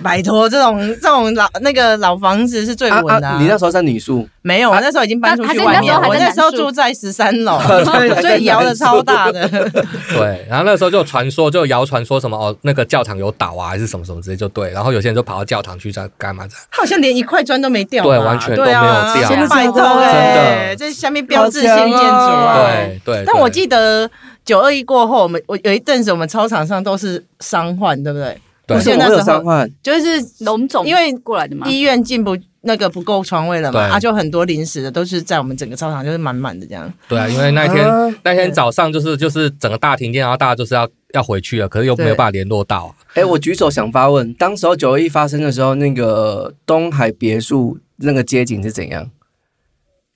Speaker 2: 摆脱这种这种老那个老房子是最
Speaker 1: 啊
Speaker 2: 稳的啊、
Speaker 1: 啊！你那时候在女宿，，
Speaker 2: 没有，我那时候已经搬出去外面，
Speaker 3: 还是
Speaker 2: 我
Speaker 3: 你
Speaker 2: 那
Speaker 3: 那
Speaker 2: 时
Speaker 3: 时
Speaker 2: 候
Speaker 3: 候还在南树
Speaker 2: 住在十三楼
Speaker 1: 对
Speaker 2: 所以摇的超大的。
Speaker 4: 对，然后那时候就有传说，就谣传说什么哦，那个教堂有倒啊，还是什么什么之类，就对。然后有些人就跑到教堂去在干嘛的？
Speaker 2: 它好像连一块砖都没掉嘛，
Speaker 4: 对完全都没有掉
Speaker 2: 对啊
Speaker 1: 真的
Speaker 2: 拜托
Speaker 1: 假的哦
Speaker 2: 哎，
Speaker 4: 真的
Speaker 2: 这下面标志性建筑
Speaker 1: 好强
Speaker 2: 啊
Speaker 1: 哦。
Speaker 4: 对对。
Speaker 2: 但我
Speaker 4: 得
Speaker 2: 记得九二一过后，我们我有一阵子我们操场上都是伤患，对不对？
Speaker 4: 对
Speaker 2: 我
Speaker 1: 不是
Speaker 2: 记
Speaker 1: 我
Speaker 2: 得那
Speaker 1: 有
Speaker 2: 时
Speaker 1: 伤
Speaker 2: 候
Speaker 1: 患，
Speaker 2: 就是
Speaker 3: 龙总
Speaker 2: 因为
Speaker 3: 过来的嘛，
Speaker 2: 医院进不那个不够床位了嘛，
Speaker 4: 对
Speaker 2: 啊，就很多临时的都是在我们整个操场就是满满的这样。
Speaker 4: 对啊，因为那一天、
Speaker 1: 啊
Speaker 4: 那天早上就是就是整个大停电，然后大家就是要要回去了，可是又没有
Speaker 2: 对
Speaker 4: 办法联络到、啊。
Speaker 1: 哎、我举手想发问，当时候九一发生的时候，那个东海别墅那个街景是怎样？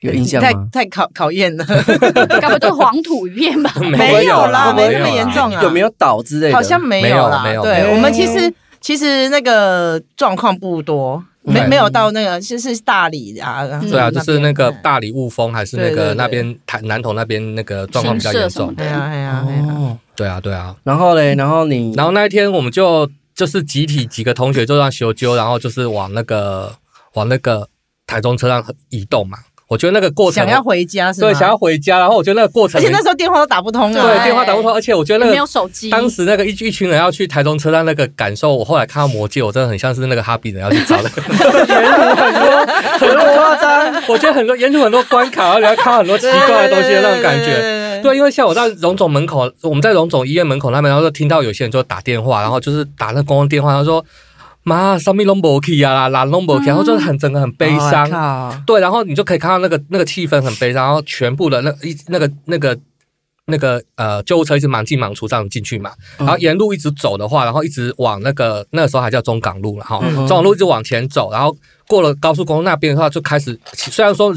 Speaker 1: 有印象
Speaker 2: 太
Speaker 1: 吗？
Speaker 2: 太考考验了，
Speaker 3: 该不会就是黄土一片 吧？
Speaker 2: 没有啦，
Speaker 1: 没有
Speaker 2: 没那么严重啊，
Speaker 1: 有没有岛之类的？
Speaker 2: 好像没啦，
Speaker 4: 没有没有没
Speaker 2: 对
Speaker 1: 有
Speaker 2: 我们其实其实那个状况不多，
Speaker 1: 嗯
Speaker 2: 没没有到那个就是大理啊，然后
Speaker 4: 对啊，就是那个
Speaker 2: 边
Speaker 4: 大理雾峰还是那
Speaker 2: 对对
Speaker 4: 个
Speaker 2: 对
Speaker 4: 那边台南投那边那个状况比较严
Speaker 3: 神社什么
Speaker 4: 重。
Speaker 3: 的
Speaker 2: 哎呀哎呀哎呀，
Speaker 1: 哦。
Speaker 4: 对啊，对啊。
Speaker 1: 然后嘞，然后你，
Speaker 4: 然后那一天我们就就是集体几个同学就让修纠，然后就是往那个往那个台中车站移动嘛。我觉得那个过程
Speaker 2: 想要回家是吗？
Speaker 4: 对想要回家，然后我觉得那个过程
Speaker 2: 而且那时候电话都打不通啊，
Speaker 4: 对电话打不通，而且我觉得那
Speaker 3: 没
Speaker 4: 个
Speaker 3: 有手机，
Speaker 4: 当时那个一一群人要去台中车站那个感受，我后来看到《魔戒》，我真的很像是那个哈比人要去 找那个
Speaker 1: 很夸张，
Speaker 4: 我觉得很多沿途很多关卡，然后你要看到很多奇
Speaker 2: 对
Speaker 4: 怪的东西的那种感觉。，
Speaker 2: 对
Speaker 4: 对，因为像我在荣总门口，我们在荣总医院门口那边，然后就听到有些人就打电话，然后就是打那公共电话，然后说妈，什么拢无去啊啦，啦拢无去，然后就是很整个很悲伤。
Speaker 2: 伤，
Speaker 4: 对，然后你就可以看到那个那个气氛很悲伤，然后全部的那一那个那个那个呃救护车一直忙进忙出这样进去嘛，然后沿路一直走的话，然后一直往那个那个时候还叫中港路了哈，
Speaker 1: 嗯
Speaker 4: 中港路一直往前走，然后过了高速公路那边的话，就开始虽然说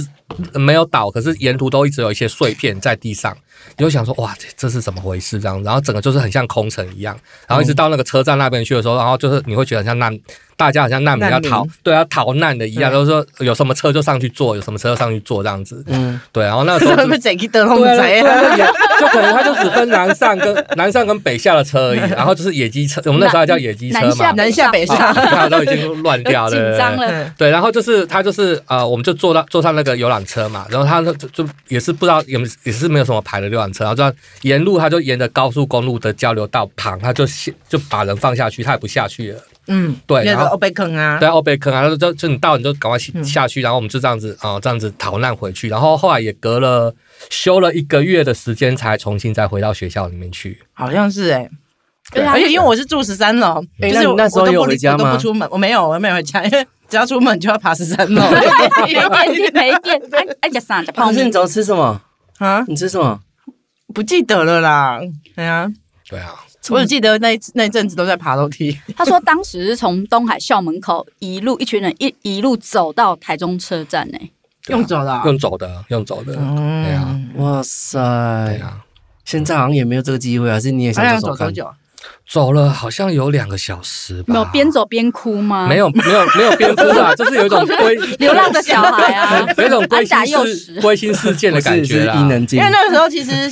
Speaker 4: 没有倒，可是沿途都一直有一些碎片在地上，你就想说哇这这是怎么回事这样，然后整个就是很像空城一样，然后一直到那个车站那边去的时候，然后就是你会觉得很像难大家好像难民要
Speaker 2: 难民
Speaker 4: 逃，对，要逃难的一样，
Speaker 2: 嗯
Speaker 3: 啊
Speaker 4: 都是说有什么车就上去坐，有什么车就上去坐这样子。
Speaker 1: 嗯，
Speaker 4: 对，啊然后那时
Speaker 2: 这
Speaker 4: 候
Speaker 2: 会
Speaker 4: 就
Speaker 2: 不会整个灯笼
Speaker 4: 对啊
Speaker 2: 仔
Speaker 4: 对
Speaker 2: 啊？
Speaker 4: 啊，也就可能它就只分南上跟南上跟北下的车 而已，啊然后就是野鸡车，我们那时候还叫野鸡车
Speaker 3: 南
Speaker 4: 嘛，啊
Speaker 3: 下
Speaker 2: 南下北上，
Speaker 4: 大家都已经乱掉 了，
Speaker 3: 紧
Speaker 4: 对对
Speaker 3: 张
Speaker 4: 对
Speaker 3: 了，
Speaker 4: 对，然后就是他就是呃，我们就坐到坐上那个游览车嘛，然后他就就也是不知道也也是没有什么牌的游览车，然后就这样沿路他就沿着高速公路的交流道旁，他就下就把人放下去，他也不下去了。
Speaker 2: 嗯，
Speaker 4: 对
Speaker 2: 那
Speaker 4: 然
Speaker 2: 个
Speaker 4: 后
Speaker 2: 欧贝坑啊，
Speaker 4: 对，欧贝坑啊，然后就就你到你就赶快下
Speaker 2: 嗯
Speaker 4: 下去，然后我们就这样子啊、这样子逃难回去，然后后来也隔了休了一个月的时间，才重新再回到学校里面去。
Speaker 2: 好像是哎，
Speaker 3: 对啊
Speaker 2: 而且因为我是住十三楼，
Speaker 1: 哎
Speaker 2: 就是
Speaker 1: 那
Speaker 2: 我
Speaker 1: 你那时候
Speaker 2: 我都
Speaker 1: 有
Speaker 2: 不
Speaker 1: 回家
Speaker 2: 我都
Speaker 1: 吗
Speaker 2: 不出门，我没有，我没有回家，因为只要出门就要爬十 三楼。
Speaker 3: 没电没电，哎哎，吃啥？吃泡
Speaker 1: 可是你
Speaker 3: 面。
Speaker 1: 早吃什么？
Speaker 2: 啊，
Speaker 1: 你吃什么？
Speaker 2: 不记得了啦。对啊，
Speaker 4: 对啊，
Speaker 2: 我只记得那一次那一阵子都在爬楼梯。
Speaker 3: 他说当时是从东海校门口一路一群人一一路走到台中车站呢、
Speaker 2: 用走了啊、
Speaker 4: 用走的，用走的，对啊，
Speaker 2: 嗯，
Speaker 1: 哇
Speaker 4: 对
Speaker 1: 塞，
Speaker 4: 啊，
Speaker 1: 现在好像也没有这个机会，还啊是你也
Speaker 2: 他
Speaker 1: 想
Speaker 2: 要
Speaker 1: 走
Speaker 2: 走
Speaker 1: 走看
Speaker 2: 多？久？
Speaker 4: 走了好像有两个小时吧，
Speaker 3: 没有边走边哭吗？
Speaker 4: 没有没有没有边哭啊，就是有 一种归
Speaker 3: 流浪的小孩啊
Speaker 4: ，有一种归
Speaker 3: 安打
Speaker 4: 心
Speaker 3: 幼
Speaker 4: 事
Speaker 3: 时
Speaker 4: 归心似箭
Speaker 1: 不
Speaker 4: 的感
Speaker 1: 是，是
Speaker 4: 觉
Speaker 1: 伊
Speaker 4: 啦。
Speaker 1: 能
Speaker 2: 因
Speaker 1: 静
Speaker 2: 为。那个时候其实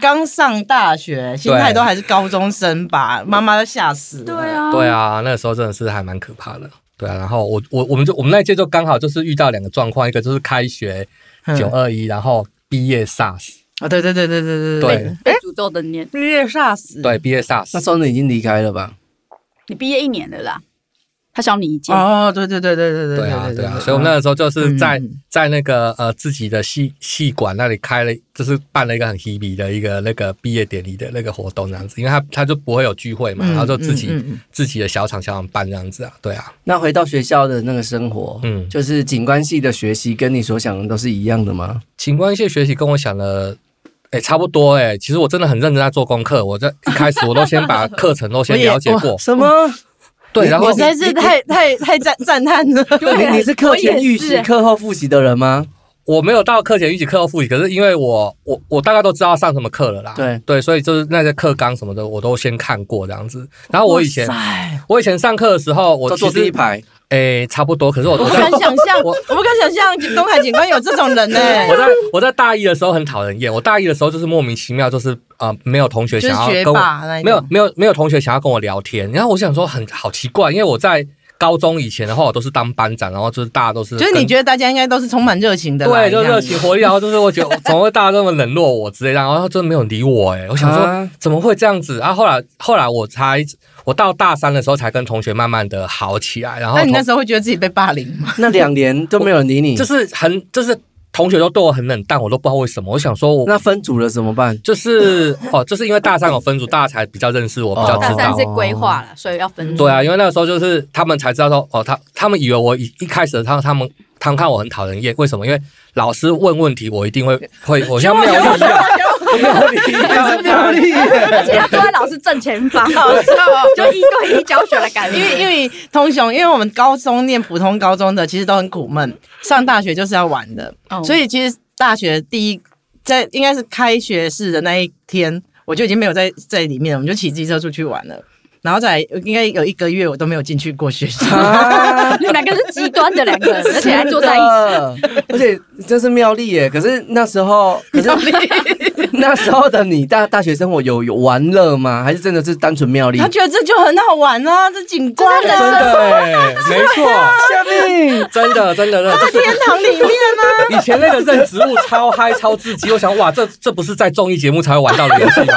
Speaker 2: 刚上大 学，心态都还是高中生吧，妈妈都吓死了。
Speaker 3: 对，啊，
Speaker 4: 对啊，那个时候真的是还蛮可怕的。对啊，然后我我我们就我们那一届就刚好就是遇到两个状况，一个就是开学
Speaker 2: 嗯
Speaker 4: 九二一，然后毕业 SARS，
Speaker 2: 啊，对对对对对嗯
Speaker 4: 对
Speaker 2: 对，
Speaker 3: 被诅咒的年，
Speaker 2: 毕业吓死。
Speaker 4: 对，毕业 SARS，
Speaker 1: 那时候你已经离开了吧？
Speaker 3: 你毕业一年了啦，他小你一届，
Speaker 2: 哦，对对对对对
Speaker 4: 对啊，
Speaker 2: 对嗯
Speaker 4: 对啊，所以我们那个时候就是在、在那个呃自己的戏戏馆那里开了，就是办了一个很 hebe 的一个那个毕业典礼的那个活动这样子，因为他他就不会有聚会嘛，
Speaker 2: 嗯
Speaker 4: 然后就自己、
Speaker 2: 嗯嗯嗯
Speaker 4: 自己的小厂小厂办这样子啊，对啊，
Speaker 1: 那回到学校的那个生活，
Speaker 4: 嗯
Speaker 1: 就是景观系的学习跟你所想的都是一样的吗？
Speaker 4: 景观系学习跟我想的。哎、差不多哎、其实我真的很认真在做功课。我在一开始我都先把课程 都先了解过，
Speaker 1: 什么？
Speaker 4: 对，然后
Speaker 2: 我实在是太太太赞赞叹 了。
Speaker 1: 你你是课前预
Speaker 3: 我也
Speaker 1: 习、
Speaker 3: 是
Speaker 1: 课后复习的人吗？
Speaker 4: 我没有到课前预习、课后复习，可是因为我我我大概都知道上什么课了啦。
Speaker 1: 对
Speaker 4: 对，所以就是那些课纲什么的，我都先看过这样子。然后我以前
Speaker 2: 哇塞
Speaker 4: 我以前上课的时候，我
Speaker 1: 都
Speaker 4: 其
Speaker 1: 坐第一
Speaker 4: 实
Speaker 1: 排，
Speaker 4: 诶、差不多，可是我我
Speaker 2: 不
Speaker 4: 在
Speaker 2: 敢想象，我不敢想象东海警官有这种人 呢、
Speaker 4: 我在我在大一的时候很讨人厌，我大一的时候就是莫名其妙就是啊、呃没有同学
Speaker 2: 就是
Speaker 4: 想要
Speaker 2: 学
Speaker 4: 跟我
Speaker 2: 霸那一种
Speaker 4: 没有没有没有同学想要跟我聊天，然后我想说很好奇怪，因为我在高中以前的话，我都是当班长，然后就是大家都是
Speaker 2: 就是你
Speaker 4: 跟
Speaker 2: 觉得大家应该都是充满热情的啦，
Speaker 4: 对，就
Speaker 2: 这样
Speaker 4: 热情活力，然后就是我觉得怎么会大家这么冷落我之类的，然后他真的没有理我，哎，我想说
Speaker 1: 啊
Speaker 4: 怎么会这样子？然后后来后来我才我到大三的时候才跟同学慢慢的好起来，然后
Speaker 2: 那你
Speaker 4: 同
Speaker 2: 那时候会觉得自己被霸凌吗？
Speaker 1: 那两年都没有人理你，
Speaker 4: 就是很就是同学都对我很冷淡，我都不知道为什么。我想说我，
Speaker 1: 那分组了怎么办？
Speaker 4: 就是哦，就是因为大三有分组，大家才比较认识我，比较
Speaker 3: 哦大
Speaker 4: 知
Speaker 3: 三
Speaker 4: 道
Speaker 3: 是。规划了，所以要分组。
Speaker 4: 对啊，因为那个时候就是他们才知道说，哦，他他们以为我一一开始他他们他们看我很讨人厌，为什么？因为老师问问题，我一定会会，我像没有一样，
Speaker 1: 妙丽，
Speaker 3: 而且他坐在老师正前方，
Speaker 2: 好笑哦。
Speaker 3: 就一对一教学的感觉。
Speaker 2: 因为因为通雄，因为我们高中念普通高中的，其实都很苦闷，上大学就是要玩的，
Speaker 3: 哦
Speaker 2: 所以其实大学第一在应该是开学式的那一天，我就已经没有在在里面了，我们就骑机车出去玩了。然后再来应该有一个月，我都没有进去过学校。
Speaker 4: 啊
Speaker 3: 你们两个是极端的两个人，而且还坐在一起。
Speaker 1: 起，而且真是妙丽耶！可是那时候，可是 那时候的你大大学生活有有玩乐吗？还是真的是单纯妙丽？
Speaker 2: 他觉得这就很好玩啊，这景观
Speaker 3: 这
Speaker 2: 啊，
Speaker 3: 是人生
Speaker 4: 真的哎、没错，
Speaker 1: 下面
Speaker 4: 真的真的真的，就是
Speaker 2: 天堂里面啊，
Speaker 4: 以前那个认植物超嗨超刺激，我想哇，这这不是在综艺节目才会玩到的游戏吗？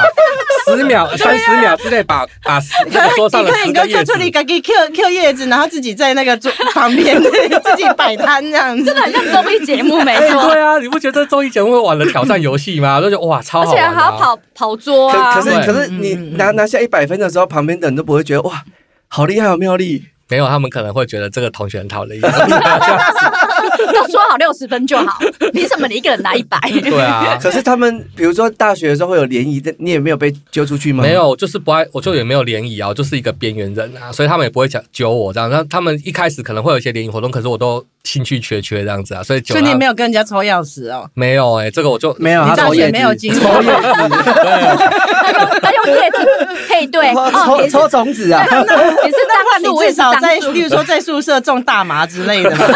Speaker 4: 十秒、三十秒之内把把十那个桌上
Speaker 2: 你
Speaker 4: 的
Speaker 2: 看
Speaker 4: 十
Speaker 2: 你
Speaker 4: 个
Speaker 2: 跟
Speaker 4: 叶
Speaker 2: 翠
Speaker 4: 子
Speaker 2: 翠，里赶紧 Q Q 叶子，然后自己在那个桌旁边自己摆摊这样子
Speaker 3: 真。的很像综艺节目，没
Speaker 4: 哎，
Speaker 3: 错，
Speaker 4: 对啊，你不觉得综艺节目会玩的挑战游戏吗？就觉得哇，超
Speaker 3: 而
Speaker 4: 好
Speaker 3: 且
Speaker 4: 玩、啊，
Speaker 3: 还要跑跑桌啊
Speaker 1: 可可。是
Speaker 4: 对
Speaker 1: 可是
Speaker 2: 嗯
Speaker 1: 你
Speaker 2: 嗯嗯
Speaker 1: 拿拿下一百分的时候，旁边的人都不会觉得哇，好厉害哦，妙丽。
Speaker 4: 没有，他们可能会觉得这个同学很讨人厌。
Speaker 3: 都说好六十分就好，凭什么你一个人拿一百？
Speaker 4: 对啊，
Speaker 1: 可是他们比如说大学的时候会有联谊，但你也没有被揪出去吗？
Speaker 4: 没，有，我就是不爱，我就也没有联谊啊，我就是一个边缘人啊，所以他们也不会讲揪我这样。那他们一开始可能会有一些联谊活动，可是我都兴趣缺缺这样子啊，所以久
Speaker 2: 所
Speaker 4: 了
Speaker 2: 以你没有跟人家抽钥匙哦，
Speaker 4: 没有哎、这个我就
Speaker 1: 没有，
Speaker 2: 你
Speaker 1: 他
Speaker 2: 大
Speaker 1: 抽
Speaker 2: 学
Speaker 1: 叶子
Speaker 2: 没有经历
Speaker 1: 抽叶子，
Speaker 3: 他用叶子配对，哦，
Speaker 1: 抽
Speaker 3: 你是
Speaker 1: 抽种子啊，
Speaker 3: 你是
Speaker 2: 那
Speaker 3: 樟
Speaker 2: 你
Speaker 3: 树，我也
Speaker 2: 至
Speaker 3: 是
Speaker 2: 少在，
Speaker 3: 樟树
Speaker 2: 例。如说在宿舍种大麻之类的 嘛，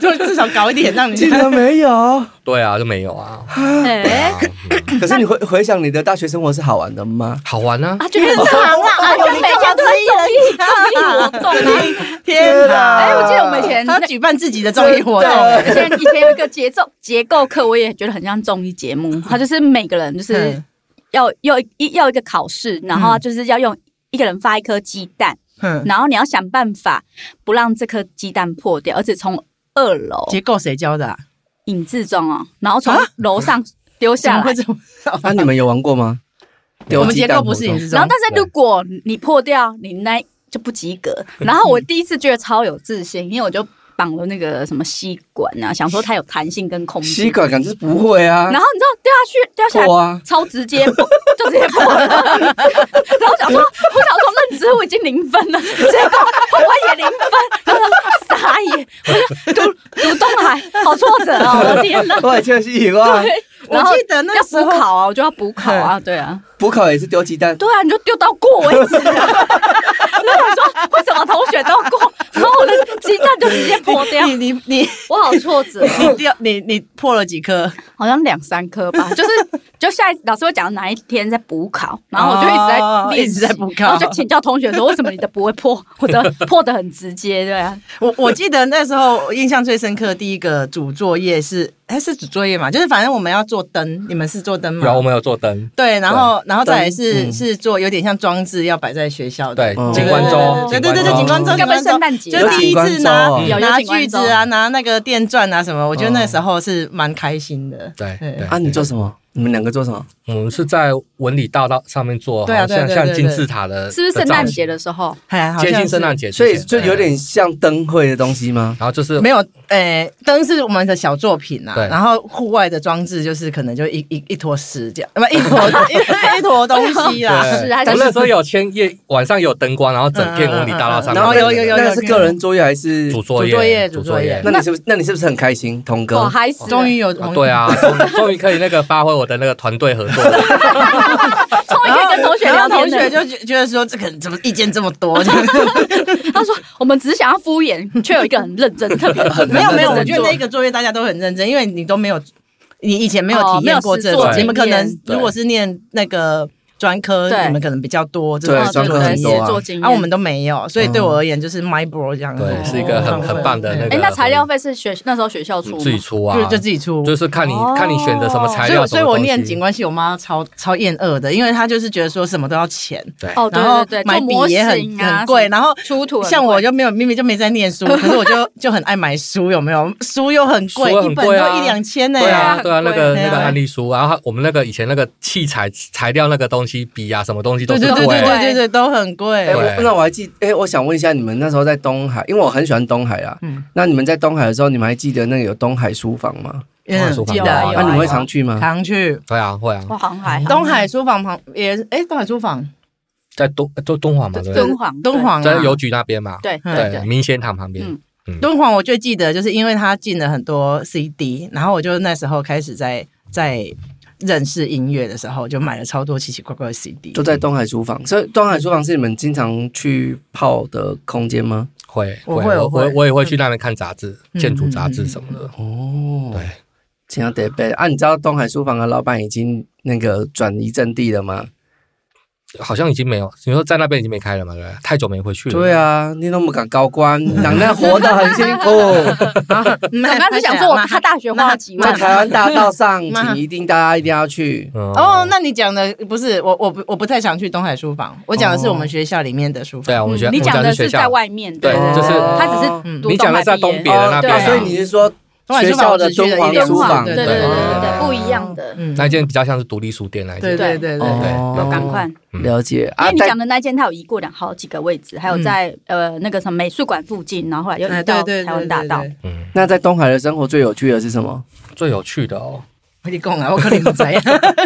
Speaker 2: 就至少搞一点让
Speaker 1: 竟
Speaker 2: 你。
Speaker 1: 然没有。
Speaker 4: 对啊，就没有啊，
Speaker 3: 哎，
Speaker 1: 可是你回回想你的大学生活是好玩的吗？
Speaker 4: 好玩啊。
Speaker 3: 啊，就变成
Speaker 2: 好啦
Speaker 3: 好像每家都在综艺综艺活动啊。
Speaker 2: 天哪！
Speaker 3: 哎我记得我们以前
Speaker 2: 他举办自己的综艺活动，
Speaker 1: 真
Speaker 3: 以前以前有一个节奏 结构课，我也觉得很像综艺节目，他就是每个人就是
Speaker 2: 嗯
Speaker 3: 要要一要一个考试，然后就是要用一个人发一颗鸡蛋，
Speaker 2: 嗯，
Speaker 3: 然后你要想办法不让这颗鸡蛋破掉，而且从二楼
Speaker 2: 结构谁教的啊？
Speaker 3: 影子中哦，然后从楼上丢
Speaker 2: 怎么
Speaker 3: 下来
Speaker 2: 会。这么？
Speaker 1: 啊，你们有玩过吗？
Speaker 2: 我
Speaker 1: 丢
Speaker 2: 们
Speaker 1: 鸡
Speaker 2: 结
Speaker 1: 蛋
Speaker 2: 构不是
Speaker 1: 活
Speaker 2: 影
Speaker 1: 动
Speaker 2: 视中
Speaker 3: 然后，，但是如果你破掉，你那就不及格。然后我第一次觉得超有自信，因为我就绑了那个什么吸管啊，想说它有弹性跟空
Speaker 1: 吸
Speaker 3: 间。
Speaker 1: 管感觉不会啊
Speaker 3: 然，后你知道掉下去，掉下来
Speaker 1: 破啊，
Speaker 3: 超直接， 不就直接破了。 然后想说，我想说认知我已经零分了，结果我也零分，然后傻眼，我就读读东海，好挫折哦，我 的天哪！
Speaker 1: 我也确实有啊。
Speaker 3: 对，
Speaker 2: 我
Speaker 3: 然后
Speaker 2: 记得那
Speaker 3: 要
Speaker 2: 时候
Speaker 3: 补考啊，我就要补考啊，对啊，
Speaker 1: 补考也是丢鸡蛋，
Speaker 3: 对啊，你就丢到过为止。 然后我说为什么同学都过，然后我的鸡蛋就直接破掉，
Speaker 2: 你你你
Speaker 3: 我好挫折、哦。
Speaker 2: 你掉你你破了几颗？
Speaker 3: 好像两三科 吧，就是就下一老师会讲哪一天在补考，然后我就一直在
Speaker 2: 哦
Speaker 3: 练习
Speaker 2: 一直在补考
Speaker 3: 然后就请教同学说为什么你的不会破， 我的破的很直接，对啊，
Speaker 2: 我我记得那时候印象最深刻的第一个主作业是，哎是主作业嘛？就是反正我们要做灯，你们是做灯吗？
Speaker 4: 然后我们有做灯，
Speaker 2: 对，然后然后再来是、
Speaker 1: 嗯
Speaker 2: 是做有点像装置，要摆在学校的。
Speaker 4: 对
Speaker 1: 哦，
Speaker 4: 景观周，
Speaker 2: 对对对对，
Speaker 1: 景
Speaker 2: 景
Speaker 1: 观
Speaker 2: 观
Speaker 1: 周
Speaker 2: 周，
Speaker 3: 要
Speaker 2: 景
Speaker 3: 不然
Speaker 2: 观
Speaker 3: 圣
Speaker 2: 周，
Speaker 3: 诞节吧啊
Speaker 2: 就第一次拿
Speaker 1: 有景观周哦
Speaker 3: 有
Speaker 2: 拿
Speaker 3: 景观
Speaker 2: 锯子
Speaker 3: 周
Speaker 2: 啊，拿那个电钻啊什么，我觉得
Speaker 1: 哦
Speaker 2: 那时候是蛮开心的。
Speaker 4: 嗯对
Speaker 2: 对
Speaker 4: 对
Speaker 1: 啊，你做什么？你们两个做什么？
Speaker 4: 我们是在文理大道上面做，
Speaker 2: 对啊
Speaker 4: 好像
Speaker 2: 对对对
Speaker 4: 像
Speaker 2: 对
Speaker 4: 金字塔的，
Speaker 3: 是不是
Speaker 4: 的
Speaker 3: 圣
Speaker 4: 造
Speaker 3: 诞
Speaker 4: 型
Speaker 3: 节的时候？
Speaker 2: 哎，好
Speaker 4: 接
Speaker 2: 像
Speaker 4: 近
Speaker 2: 是
Speaker 4: 圣诞节之
Speaker 1: 所
Speaker 4: 前，
Speaker 1: 以就有点像灯会的东西吗？
Speaker 4: 然后就是
Speaker 2: 没有，诶、灯是我们的小作品啊
Speaker 4: 对，
Speaker 2: 然后户外的装置就是可能就一一一坨屎这样，不一坨 一一坨东西啦。
Speaker 4: 对
Speaker 3: 是还是
Speaker 4: 我那时候有签夜晚上有灯光，然后整片文理大道上
Speaker 2: 啊嗯嗯嗯嗯
Speaker 4: 面，
Speaker 2: 然后有有有
Speaker 1: 那个是个人作业还是
Speaker 4: 主？作
Speaker 2: 主
Speaker 4: 业
Speaker 2: 作业
Speaker 4: 主
Speaker 2: 主作业
Speaker 1: 那你是不是？那你是不是很开心，童
Speaker 3: 我
Speaker 1: 哥？
Speaker 3: 还死了，
Speaker 2: 终于有
Speaker 4: 啊
Speaker 2: 同
Speaker 4: 对，啊，终终于可以那个发挥我的那个团队合作，
Speaker 3: 终于可以跟同学
Speaker 2: 然
Speaker 3: 聊
Speaker 2: 后同
Speaker 3: 天
Speaker 2: 学
Speaker 3: 了。
Speaker 2: 就觉觉得说这个人怎么意见这么 多？
Speaker 3: 他说我们只是想要敷衍，却有一个很认真，特别
Speaker 1: 很
Speaker 2: 没有没有，
Speaker 1: 认真
Speaker 2: 我觉得那个作业大家都很认真，因为你都没有，你以前没有体验过这
Speaker 3: 哦没有
Speaker 2: 种，
Speaker 3: 实作
Speaker 2: 你们可
Speaker 3: 经验
Speaker 2: 能如果是念那个。专科
Speaker 3: 对
Speaker 2: 你们可能比较多，这
Speaker 1: 对
Speaker 2: 种
Speaker 3: 哦
Speaker 1: 专科
Speaker 3: 对
Speaker 1: 很多啊
Speaker 3: 实作经验。
Speaker 2: 啊，我们都没有，所以对我而言就是 my bro 这样子，
Speaker 4: 嗯对，是一个
Speaker 2: 哦
Speaker 4: 很很棒的那个。
Speaker 3: 哎，那材料费是学那时候学校出吗
Speaker 4: 自己出啊，
Speaker 2: 就就自己出，
Speaker 4: 就是看你
Speaker 3: 哦
Speaker 4: 看你选择什么材
Speaker 2: 所以
Speaker 4: 料，
Speaker 2: 我所以我
Speaker 4: 什么东西
Speaker 2: 念景观系，我妈超超厌恶的，因为她就是觉得说什么都要钱，
Speaker 3: 哦，对
Speaker 2: 然后
Speaker 3: 对对，
Speaker 2: 买
Speaker 3: 做
Speaker 2: 笔
Speaker 3: 模
Speaker 2: 也很
Speaker 3: 型啊
Speaker 2: 很贵，
Speaker 3: 什么
Speaker 2: 然后
Speaker 3: 出图很贵
Speaker 2: 像我就没有明明就没在念书，可是我就就很爱买书，有没有？书又很贵，
Speaker 4: 书很
Speaker 2: 一本
Speaker 4: 贵啊
Speaker 2: 都一两千呢、
Speaker 4: 对啊，
Speaker 3: 很
Speaker 4: 对啊，
Speaker 3: 贵
Speaker 4: 那个
Speaker 2: 对啊
Speaker 4: 那个案例书，然后我们那个以前那个器材材料那个东西，笔啊，什么东西都
Speaker 2: 对
Speaker 4: 是
Speaker 2: 对对
Speaker 4: 贵
Speaker 2: 对
Speaker 4: 的。
Speaker 2: 对对对，都很贵。
Speaker 1: 哎、
Speaker 4: 对
Speaker 1: 我那我还记，哎、我想问一下，你们那时候在东海，因为我很喜欢东海啊。
Speaker 2: 嗯
Speaker 1: 那你们在东海的时候，你们还记得那个有东海书房吗？
Speaker 4: 哇书
Speaker 2: 嗯，
Speaker 4: 房
Speaker 2: 记得
Speaker 4: 有
Speaker 1: 那、
Speaker 4: 啊有啊
Speaker 1: 你们会
Speaker 2: 常
Speaker 1: 常去吗？
Speaker 2: 常去
Speaker 4: 对啊，会啊，
Speaker 3: 哇，航海
Speaker 2: 东海书房旁也是，哎，东海书房，
Speaker 4: 在东就东华嘛，对不对
Speaker 3: 敦煌
Speaker 2: 敦煌啊
Speaker 4: 在邮局那边嘛，
Speaker 3: 对对
Speaker 2: 嗯
Speaker 3: 对对
Speaker 4: 对，明显堂旁边
Speaker 3: 嗯。
Speaker 2: 敦煌我最记得就是因为他进了很多 CD，然后我就那时候开始在在认识音乐的时候，就买了超多奇奇怪怪的 CD
Speaker 1: 就。在东海书房，所以东海书房是你们经常去泡的空间吗？
Speaker 4: 会，
Speaker 2: 我
Speaker 4: 会，
Speaker 2: 会
Speaker 4: 我
Speaker 2: 我会
Speaker 4: 我我也会去那边看杂志，
Speaker 2: 嗯
Speaker 4: 建筑杂志什么的。
Speaker 1: 哦
Speaker 4: 对，
Speaker 1: 这样得背啊！你知道东海书房的老板已经那个转移阵地了吗？
Speaker 4: 好像已经没有，你说在那边已经没开了嘛？对不对，太久没回去了。
Speaker 1: 对啊，你那么敢高官， 人家活得很辛苦，
Speaker 2: 刚
Speaker 3: 我刚才想说，我他大学花了几
Speaker 1: 在
Speaker 3: 万，
Speaker 1: 台湾大道 上，
Speaker 2: 妈
Speaker 1: 请一定大家一定要去。
Speaker 4: 嗯，
Speaker 2: 哦，那你讲的不是我，我不我不太想去东海书房，我讲的是我们学校里面的书
Speaker 4: 对
Speaker 2: 房。
Speaker 4: 啊，我们学
Speaker 3: 嗯你
Speaker 4: 我们
Speaker 3: 讲的
Speaker 4: 学
Speaker 3: 是
Speaker 4: 校
Speaker 3: 在外面
Speaker 4: 对
Speaker 3: 的，对
Speaker 4: 就是
Speaker 3: 他只
Speaker 1: 哦
Speaker 2: 嗯
Speaker 3: 是读
Speaker 4: 你讲的是在东
Speaker 3: 东海毕
Speaker 4: 别
Speaker 3: 业
Speaker 4: 的那边
Speaker 1: 啊，
Speaker 4: 啊，
Speaker 1: 所以你是说
Speaker 2: 东海
Speaker 1: 学
Speaker 2: 书房
Speaker 1: 校
Speaker 2: 我
Speaker 1: 的
Speaker 2: 只
Speaker 1: 敦
Speaker 2: 去了
Speaker 1: 煌
Speaker 2: 一两
Speaker 1: 书
Speaker 3: 敦
Speaker 1: 房
Speaker 3: 煌，
Speaker 2: 次对
Speaker 3: 对对对
Speaker 2: 对
Speaker 3: 哦对对对，
Speaker 4: 对对
Speaker 3: 不一样的。
Speaker 2: 嗯
Speaker 4: 那间比较像是独立书店那一
Speaker 2: 对
Speaker 4: 间。
Speaker 2: 对对对对，
Speaker 1: 哦
Speaker 3: 有赶快。
Speaker 4: 嗯
Speaker 1: 了解
Speaker 3: 因
Speaker 1: 啊
Speaker 3: 为，你
Speaker 1: 但
Speaker 3: 讲的那间，它有移过两好几个位置，还有在呃那个什么美术馆附近，然后后来又
Speaker 2: 哎
Speaker 3: 移
Speaker 2: 对
Speaker 3: 到
Speaker 2: 嗯对对
Speaker 3: 台湾大道
Speaker 2: 对。对
Speaker 4: 嗯，
Speaker 1: 那在东海的生活最有趣的是什么？
Speaker 4: 最有趣的哦，
Speaker 2: 我 跟你讲啊，我可能不知道。
Speaker 1: 哎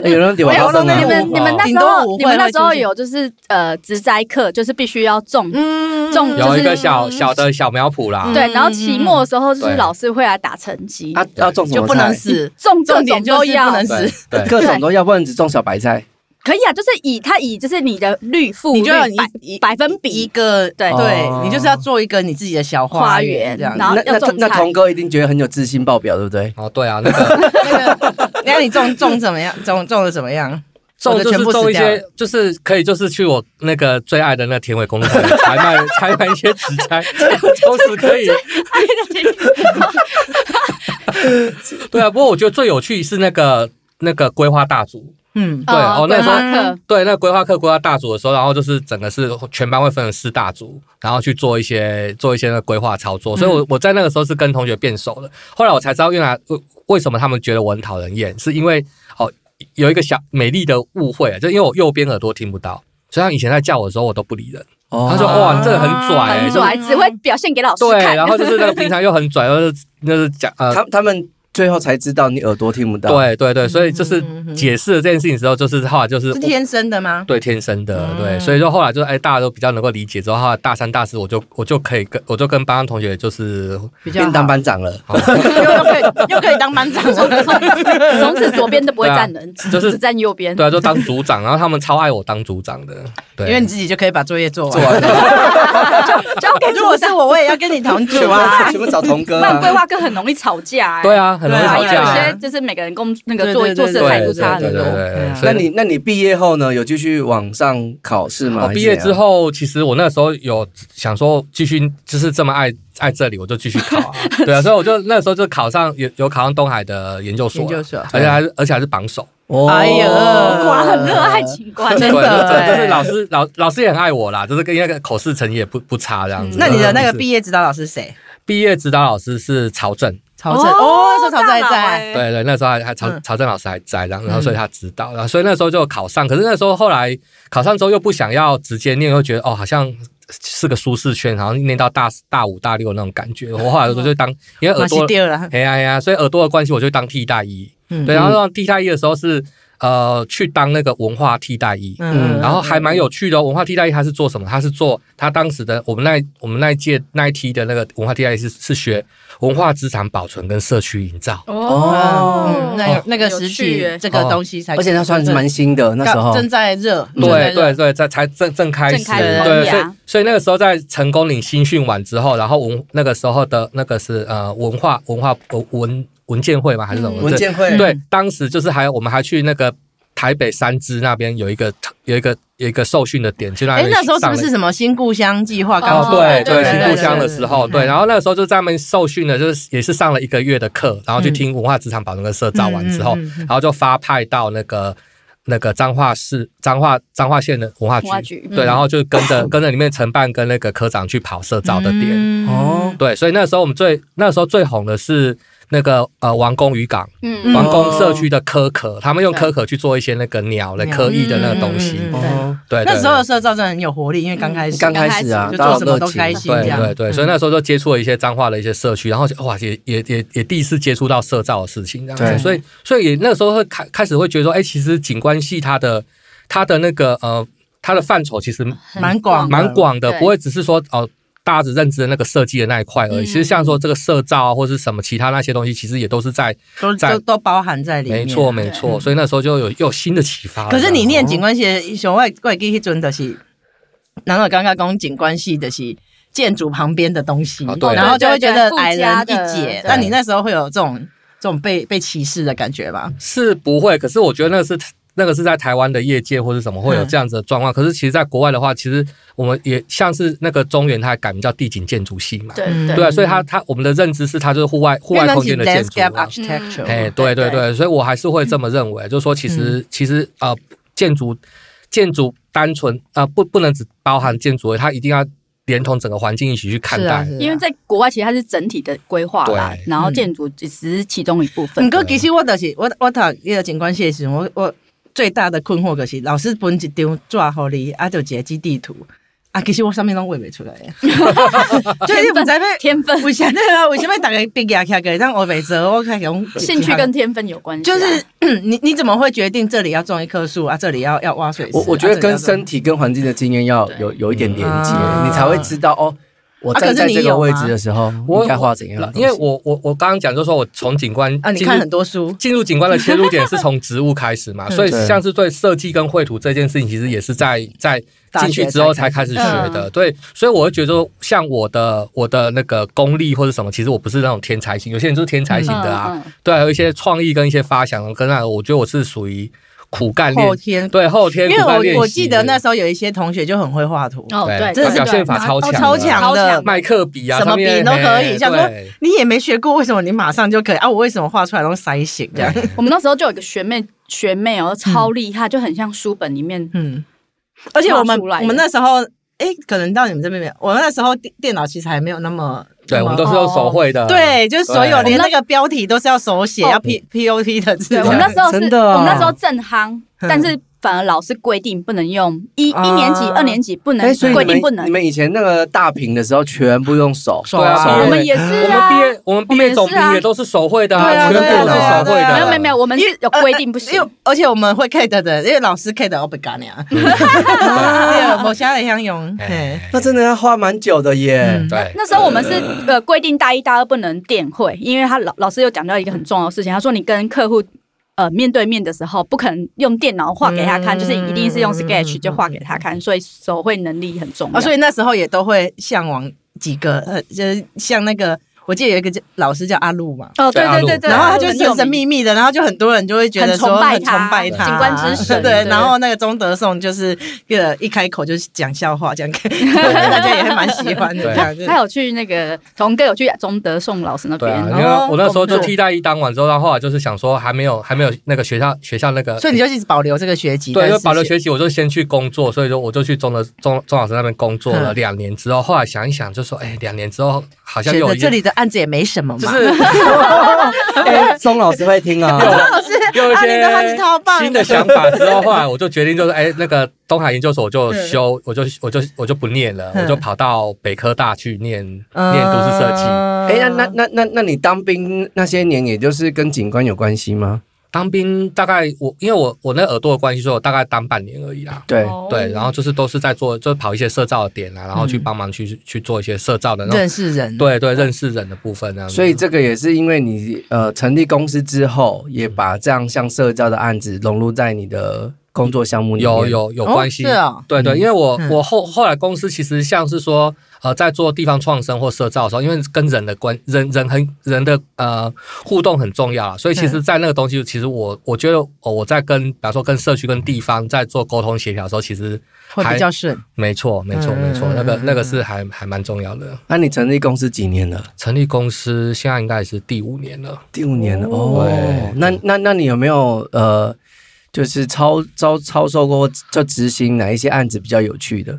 Speaker 1: 有人点
Speaker 2: 没有
Speaker 1: 网上
Speaker 2: 那
Speaker 3: 你
Speaker 1: 啊，
Speaker 3: 们你们那时
Speaker 2: 顶多
Speaker 3: 候
Speaker 2: 舞会
Speaker 3: 你们那时候
Speaker 2: 会出现
Speaker 3: 有就是呃植栽课，就是必须要种
Speaker 2: 嗯
Speaker 3: 种就是嗯
Speaker 4: 有一个小小的小苗圃啦。
Speaker 3: 对，然后期末的时候就是
Speaker 4: 对
Speaker 3: 老师会来打成绩，
Speaker 4: 嗯
Speaker 1: 啊要种什么
Speaker 2: 就不能
Speaker 1: 菜
Speaker 2: 死，
Speaker 3: 种各
Speaker 2: 重点
Speaker 3: 种
Speaker 2: 就
Speaker 3: 都
Speaker 2: 是不
Speaker 3: 要，
Speaker 2: 能
Speaker 4: 对
Speaker 2: 死，
Speaker 4: 对
Speaker 1: 各种都要，不然只种小白菜。
Speaker 3: 可以啊，就是以它以就是你的绿富
Speaker 2: 你就要
Speaker 3: 绿
Speaker 2: 一
Speaker 3: 百
Speaker 2: 一
Speaker 3: 百分
Speaker 2: 一
Speaker 3: 比，
Speaker 2: 个
Speaker 3: 对
Speaker 1: 哦
Speaker 2: 对，你就是要做一个你自己的小花园这样。
Speaker 3: 花园然后
Speaker 1: 那那
Speaker 3: 要种
Speaker 1: 那
Speaker 3: 菜
Speaker 1: 童哥一定觉得很有自信爆表，对不对？
Speaker 4: 哦，对啊，那个
Speaker 2: 那你种种怎么样？种种的怎么样？
Speaker 4: 种就
Speaker 2: 我的全
Speaker 4: 是
Speaker 2: 部
Speaker 4: 种
Speaker 2: 死
Speaker 4: 一
Speaker 2: 掉了
Speaker 4: 些，就是可以就是去我那个最爱的那田尾公路旁边采买 采买一些植栽， 同时可以。对啊，不过我觉得最有趣是那个那个规划大组，
Speaker 2: 嗯，
Speaker 4: 对
Speaker 3: 呃
Speaker 4: 哦
Speaker 3: 规
Speaker 4: 那时候
Speaker 3: 划课
Speaker 4: 对，那规划课规划大组的时候，然后就是整个是全班会分成四大组，然后去做一些做一些那个规划操作。所以我我在那个时候是跟同学变熟了。后来我才知道，原来呃为什么他们觉得我很讨人厌，是因为哦有一个小美丽的误会啊，就因为我右边耳朵听不到，所以他以前在叫我的时候我都不理人。
Speaker 1: 哦
Speaker 4: 他说哇，你这个很拽、欸，
Speaker 3: 很
Speaker 4: 就是
Speaker 3: 拽，只会表现给老师
Speaker 4: 对，
Speaker 3: 看。
Speaker 4: 然后就是那个平常又很拽，然后就是就是讲呃
Speaker 1: 他他们最后才知道你耳朵听不到。，
Speaker 4: 对对对，所以就是解释了这件事情之后，就是后来就是
Speaker 2: 是天生的吗？
Speaker 4: 对天生的，
Speaker 2: 嗯
Speaker 4: 对，所以说后来就哎，大家都比较能够理解之后，后来大三、大四我就我就可以跟我就跟班上同学就是
Speaker 2: 比较
Speaker 1: 变
Speaker 2: 好
Speaker 1: 当班长了。
Speaker 2: 又 又可以又可以当班长了。
Speaker 3: 从此左边都不会站人，
Speaker 4: 就是
Speaker 3: 只站右边。
Speaker 4: 对啊，就当组长，然后他们超爱我当组长的，对，
Speaker 2: 因为你自己就可以把作业做
Speaker 1: 做
Speaker 2: 完。
Speaker 1: 完了，
Speaker 2: 就就如果是我，我也要跟你同 居
Speaker 1: 全部
Speaker 2: 啊。
Speaker 1: 全部找童哥
Speaker 3: 不然规
Speaker 1: 啊。
Speaker 3: 划课很容易吵架。哎
Speaker 4: 对，啊，很容易
Speaker 2: 对啊
Speaker 4: 吵
Speaker 3: 因为有
Speaker 2: 啊
Speaker 4: 架，
Speaker 3: 些就是每个人工那个
Speaker 2: 对
Speaker 3: 做
Speaker 2: 对
Speaker 3: 做事
Speaker 2: 对
Speaker 3: 的态
Speaker 4: 对
Speaker 3: 度
Speaker 4: 对
Speaker 3: 差
Speaker 4: 对对
Speaker 3: 很多。
Speaker 4: 对，
Speaker 1: 那
Speaker 4: 所以
Speaker 1: 你那你毕业后呢？有继续往上考试吗？还啊
Speaker 4: 我
Speaker 1: 是
Speaker 4: 哦毕业
Speaker 1: 怎样
Speaker 4: 之，后，其实我那时候有想说继续就是这么爱爱这里，我就继续考啊， 对啊，所以我就那时候就考上有有考上东海的研究所
Speaker 2: 研
Speaker 4: 啊，
Speaker 2: 究所
Speaker 4: 而且还是而且还是榜首。
Speaker 1: 哦
Speaker 2: 哎呀
Speaker 3: 哇，很热爱情观。
Speaker 2: 真
Speaker 4: 对，
Speaker 2: 的
Speaker 4: 就
Speaker 2: 欸
Speaker 4: 是老师老老师也很爱我啦，就是跟那个口试成绩也不不差这样
Speaker 2: 嗯
Speaker 4: 子。
Speaker 2: 那你的那个
Speaker 4: 嗯就是
Speaker 2: 毕业指导老师谁？
Speaker 4: 毕业指导老师是曹正，
Speaker 2: 曹正哦，那时候曹正还
Speaker 3: 大佬
Speaker 2: 在。
Speaker 3: 哎
Speaker 4: 对对，那时候还还曹
Speaker 2: 嗯
Speaker 4: 曹正老师还在，然后然后所以他指导，然后所以那时候就考上，可是那时候后来考上之后又不想要直接念，又觉得哦好像。是个舒适圈，然后念到大大五大六那种感觉。我后来我就当，因为
Speaker 2: 马
Speaker 4: 耳
Speaker 2: 西
Speaker 4: 朵
Speaker 2: 丢了，
Speaker 4: 哎呀哎呀，所以耳朵的关系，我就当替代医。
Speaker 2: 嗯
Speaker 4: 对，然后当替代医的时候是呃去当那个文化替代医，
Speaker 1: 嗯
Speaker 4: 然后还蛮有趣的、哦。文化替代医他是做什么？他是做他当时的我们那一我们那一届那一批的那个文化替代医是是学文化资产保存跟社区营造。
Speaker 1: 哦
Speaker 2: 嗯，那个
Speaker 3: 哦
Speaker 2: 那个时期
Speaker 3: 有趣欸
Speaker 2: 这个
Speaker 4: 哦
Speaker 2: 东西才，
Speaker 1: 而且他算是蛮新的，那时候
Speaker 2: 刚正在热，正在
Speaker 4: 对
Speaker 2: 热
Speaker 4: 对，对，在才正正开始，
Speaker 3: 正开
Speaker 2: 始
Speaker 4: 对，
Speaker 3: 萌芽
Speaker 4: 所以所以那个时候在成功岭新训完之后，然后文那个时候的那个是呃文化文化文文文件会吗？还是什么
Speaker 3: 嗯
Speaker 1: 文件会
Speaker 4: 对，当时就是还我们还去那个台北三支那边有一个有一个有一个受训的点，就那
Speaker 2: 哎，
Speaker 4: 边
Speaker 2: 那时候是
Speaker 4: 上
Speaker 2: 不
Speaker 4: 了
Speaker 2: 是什么新故乡计划刚
Speaker 4: 哦，
Speaker 2: 出来？
Speaker 4: 对
Speaker 3: 对
Speaker 4: 对，
Speaker 3: 对
Speaker 4: 新
Speaker 3: 对
Speaker 4: 故乡的时
Speaker 2: 嗯
Speaker 4: 候，对，然后那个时候就在他们受训了，就是也是上了一个月的课，然后去听文化职场保存的社招完之后
Speaker 2: 嗯嗯嗯嗯嗯，
Speaker 4: 然后就发派到那个。那个彰化市彰化彰化县的文化局，
Speaker 3: 文化局
Speaker 4: 对，
Speaker 3: 嗯
Speaker 4: 然后就 跟着跟着里面承办跟那个科长去跑社招的点，
Speaker 2: 嗯
Speaker 3: 嗯
Speaker 1: 哦
Speaker 4: 对，所以那时候我们最那时候最红的是那个呃王宫渔港
Speaker 3: 嗯
Speaker 4: 王宫社区的科壳，他们用
Speaker 2: 对
Speaker 4: 科壳去做一些那个鸟的
Speaker 2: 鸟
Speaker 4: 科艺的那个东西，
Speaker 2: 嗯嗯嗯
Speaker 1: 哦，
Speaker 4: 对，对
Speaker 2: 那时候
Speaker 4: 对
Speaker 2: 的社造真的很有活力，因为刚
Speaker 4: 嗯
Speaker 2: 开始
Speaker 1: 刚开始啊，
Speaker 2: 就
Speaker 1: 大家
Speaker 2: 做
Speaker 1: 有
Speaker 2: 什么
Speaker 1: 热
Speaker 2: 都
Speaker 1: 情
Speaker 2: 开心这
Speaker 4: 对
Speaker 2: 样。
Speaker 4: 对对，所以那时候就接触了一些彰化的一些社区，然后就哇，也也也也第一次接触到社造的事情，这样
Speaker 1: 对
Speaker 4: 子，所以所以也那时候会开开始会觉得说，哎、其实景观系它的它的那个呃它的范畴其实
Speaker 2: 蛮广
Speaker 4: 蛮广的，
Speaker 3: 对
Speaker 4: 不会只是说哦。大家只认知的那个设计的那一块而已，
Speaker 3: 嗯
Speaker 4: 其实像说这个社造啊，或是什么其他那些东西，其实也都是在
Speaker 2: 都
Speaker 4: 在
Speaker 2: 都都包含在里面。
Speaker 4: 没错哦没错，所以那时候就有又有新的启发了。
Speaker 2: 可是你念
Speaker 4: 这
Speaker 2: 景
Speaker 4: 样
Speaker 2: 观系的，像我我记迄阵就是，然后我刚刚讲景观系的是建筑旁边的东西
Speaker 4: 哦，对
Speaker 2: 然后就会觉得
Speaker 3: 对对
Speaker 2: 矮人
Speaker 3: 附加
Speaker 2: 一
Speaker 3: 的
Speaker 2: 截
Speaker 3: 对。
Speaker 2: 那你那时候会有这种这种被被歧视的感觉吧？
Speaker 4: 是不会，可是我觉得那个是那个是在台湾的业界或是什么会有
Speaker 2: 嗯
Speaker 4: 这样子的状况。可是其实，在国外的话，其实我们也像是那个中原，它还改名叫地景建筑系嘛。
Speaker 3: 对
Speaker 2: 嗯
Speaker 4: 对啊，所以它它我们的认知是它就是户外户
Speaker 2: 因为
Speaker 4: 外
Speaker 2: 那
Speaker 4: 空
Speaker 2: 是
Speaker 4: 间的建筑
Speaker 2: landscape
Speaker 4: 啊。
Speaker 2: architecture，
Speaker 3: 嗯
Speaker 4: 哎，
Speaker 3: 哎
Speaker 4: 对对
Speaker 3: 对
Speaker 4: 对，所以我还是会这么认为，就是说，其实
Speaker 2: 嗯
Speaker 4: 其实呃，建筑建筑单纯啊、呃不不能只包含建筑而已，它一定要连同整个环境一起去看
Speaker 2: 是啊
Speaker 4: 待
Speaker 2: 是。啊
Speaker 3: 因为在国外其实它是整体的规划啦
Speaker 4: 对，
Speaker 3: 然后建筑只是其中一部分
Speaker 2: 毋。过其实我就是我我读迄个景观系的时阵，我我最大的困惑就是老师分一张纸互你，啊，就一个基地图。啊，其实我上面拢画袂出来， 就是你不知道要
Speaker 3: 天分、
Speaker 2: 为啥呢？为什么大家毕业起来，让我袂做？我开始讲
Speaker 3: 兴趣跟天分有关系
Speaker 2: 就
Speaker 3: 啊，
Speaker 2: 是嗯你你怎么会决定这里要种一棵树啊？这里要要挖水池？
Speaker 1: 我我觉
Speaker 2: 啊
Speaker 1: 得
Speaker 2: 这里要
Speaker 1: 跟
Speaker 2: 种
Speaker 1: 身体跟环境的经验要有有一点连接，
Speaker 2: 嗯
Speaker 1: 你才会知道哦。我
Speaker 2: 啊可是
Speaker 1: 站在
Speaker 2: 你
Speaker 1: 这个
Speaker 2: 有
Speaker 1: 位
Speaker 2: 吗
Speaker 1: 置的时候，
Speaker 4: 我
Speaker 1: 应该画怎样的东西？
Speaker 4: 因为我我我刚刚讲，就是说我从景观
Speaker 2: 啊，你
Speaker 4: 进
Speaker 2: 看
Speaker 4: 入
Speaker 2: 很多书，
Speaker 4: 进入景观的切入点是从植物开始嘛，
Speaker 2: 嗯
Speaker 4: 所以
Speaker 1: 对
Speaker 4: 像是对设计跟绘图这件事情，其实也是在在进去之后才开始学
Speaker 2: 嗯
Speaker 4: 的。对，所以我会觉得说，像我的我的那个功力或者什么，其实我不是那种天才型，有些人就是天才型的啊，
Speaker 3: 嗯嗯
Speaker 4: 对啊，有一些创意跟一些发想跟那，我觉得我是属于苦干练
Speaker 2: 后，天，
Speaker 4: 对后天
Speaker 2: 因
Speaker 4: 苦
Speaker 2: 为
Speaker 4: 干练习
Speaker 2: 我我记得那时候有一些同学就很会画图，
Speaker 3: 哦
Speaker 4: 对
Speaker 3: 对，
Speaker 4: 这
Speaker 3: 对
Speaker 4: 表现法
Speaker 3: 对
Speaker 4: 超强的
Speaker 2: 超强的，
Speaker 4: 麦克笔啊，
Speaker 2: 什么
Speaker 4: 上面
Speaker 2: 笔都可以
Speaker 4: 嘿
Speaker 2: 像说
Speaker 4: 对
Speaker 2: 你也没学过，为什么你马上就可以啊？我为什么画出来都塞型这样？
Speaker 3: 我们那时候就有一个学妹，学妹哦超厉害，就很像书本里面
Speaker 2: 嗯，而且我们
Speaker 3: 画出来的
Speaker 2: 我们那时候，哎，可能到你们这边没有，我们那时候电电脑其实还没有那么，
Speaker 4: 对，
Speaker 2: 那
Speaker 4: 我
Speaker 2: 么哦
Speaker 4: 们都是用手绘的，
Speaker 2: 对，就是所有
Speaker 4: 对
Speaker 2: 连那个标题都是要手写，
Speaker 3: 哦
Speaker 2: 要 P P O T 的字
Speaker 3: 对，
Speaker 2: 这
Speaker 3: 我们
Speaker 2: 样。
Speaker 3: 那时候是，
Speaker 1: 真的啊
Speaker 3: 我们那时候正夯，
Speaker 2: 嗯
Speaker 3: 但是反而老师规定不能用一
Speaker 2: 啊
Speaker 3: 一年级、二年级不能
Speaker 1: 哎，所以
Speaker 3: 规
Speaker 1: 你
Speaker 3: 定不
Speaker 1: 们
Speaker 3: 能
Speaker 1: 你。们以前那个大屏的时候，全部用手，
Speaker 2: 手啊
Speaker 1: 手绘
Speaker 3: 我们也是
Speaker 4: 我们
Speaker 3: 啊
Speaker 4: 毕，业，我们毕业总毕业都是手绘的
Speaker 2: 对啊
Speaker 4: 啊，全部都是手绘
Speaker 2: 对啊对啊
Speaker 4: 的。
Speaker 3: 没有没有没有，我们
Speaker 2: 因
Speaker 3: 是
Speaker 2: 为
Speaker 3: 有规定不行
Speaker 2: 因。为而且我们会 K 的的，因为老师 K 的我不干呀，对，我想也想用，嘿
Speaker 1: 那真的要画蛮久的耶
Speaker 2: 嗯。
Speaker 4: 对，
Speaker 3: 那时候我们是呃规定大一、大二不能电会，因为他老老师有讲到一个很重要的事情，他说你跟客户呃面对面的时候，不可能用电脑画给他看，
Speaker 2: 嗯
Speaker 3: 就是一定是用
Speaker 2: 嗯
Speaker 3: Sketch
Speaker 2: 嗯
Speaker 3: 就画给他看，所以手绘能力很重要。
Speaker 2: 啊，所以那时候也都会向往几个，呃，就是像那个，我记得有一个叫老师叫阿路嘛，
Speaker 3: 哦，对
Speaker 4: 对阿
Speaker 3: 对
Speaker 4: 鲁
Speaker 3: 对对，
Speaker 2: 然后他就
Speaker 3: 很有
Speaker 2: 神神
Speaker 3: 名
Speaker 2: 秘秘的，然后就很多人就会觉得
Speaker 3: 很崇
Speaker 2: 说
Speaker 3: 拜
Speaker 2: 很崇
Speaker 3: 他
Speaker 2: 拜他，
Speaker 3: 景观之神
Speaker 2: 对，
Speaker 3: 对
Speaker 2: 然后那个钟德颂就是呃一开口就是讲笑话， 讲给大家也会蛮喜欢的这
Speaker 4: 对
Speaker 2: 样子
Speaker 3: 他。有去那个童哥有去中德颂老师那
Speaker 4: 对
Speaker 3: 边
Speaker 4: 啊，，因
Speaker 2: 然
Speaker 4: 为
Speaker 2: 后
Speaker 4: 我那时候就
Speaker 2: 工作
Speaker 4: 替代一当完之后，然后后来就是想说还没有还没有那个学校学校那个，
Speaker 2: 所以你就一直保留这个学籍，
Speaker 4: 呃对，
Speaker 2: 但
Speaker 4: 因
Speaker 2: 是
Speaker 4: 为保留学习，我就先去工作，所以说我就去中的中中老师那边工作了
Speaker 2: 嗯
Speaker 4: 两年之后，后来想一想就说，哎，两年之后好像
Speaker 2: 觉
Speaker 4: 又有
Speaker 2: 得
Speaker 4: 一
Speaker 2: 这里的案子也没什么
Speaker 4: 就
Speaker 2: 嘛。
Speaker 4: 是
Speaker 1: 哎，钟老师会听 啊，
Speaker 2: 老师，
Speaker 4: 又有一
Speaker 2: 啊，你的案子
Speaker 4: 些
Speaker 2: 超棒，
Speaker 4: 新的想法之后，后来我就决定就是哎，那个东海研究所我就修，我就我就我就不念了，
Speaker 2: 嗯
Speaker 4: 我就跑到北科大去念
Speaker 2: 嗯
Speaker 4: 念都市设计。
Speaker 1: 哎，那那那那那你当兵那些年，也就是跟警官有关系吗？当
Speaker 4: 兵大概我因为我我那耳朵的关系，所以我大概当半年而已啦。
Speaker 2: 啊
Speaker 1: 对，
Speaker 2: 哦
Speaker 4: 对，然后就是都是在做，就是跑一些社造的点啊，然后去帮忙去、去做一些社造的那
Speaker 2: 嗯
Speaker 4: 种，
Speaker 2: 认识人，
Speaker 4: 对对，认识人的部分啊。
Speaker 1: 所以这个也是因为你呃成立公司之后，也把这样像社交的案子融入在你的工作项目里面。
Speaker 4: 有有有
Speaker 2: 哦
Speaker 4: 关系，
Speaker 2: 是哦
Speaker 4: 对对，因为我、
Speaker 2: 嗯
Speaker 4: 我后后来公司其实像是说，呃在做地方创生或社造的时候，因为跟人的关人人很人的呃互动很重要啊，所以
Speaker 2: 嗯
Speaker 4: 其实，在那个东西，其实我我觉得哦我在跟比方说跟社区跟地方在做沟通协调的时候，其实
Speaker 2: 会比较顺。
Speaker 4: 没错没错没错，
Speaker 2: 嗯
Speaker 4: 那个
Speaker 2: 嗯
Speaker 4: 那个是还还蛮重要的。
Speaker 1: 那、你成立公司几年了？
Speaker 4: 成立公司现在应该也是第五年了。
Speaker 1: 第五年了
Speaker 2: 哦
Speaker 1: 哦。那那那你有没有呃，就是操操操售过或就执行哪一些案子比较有趣的？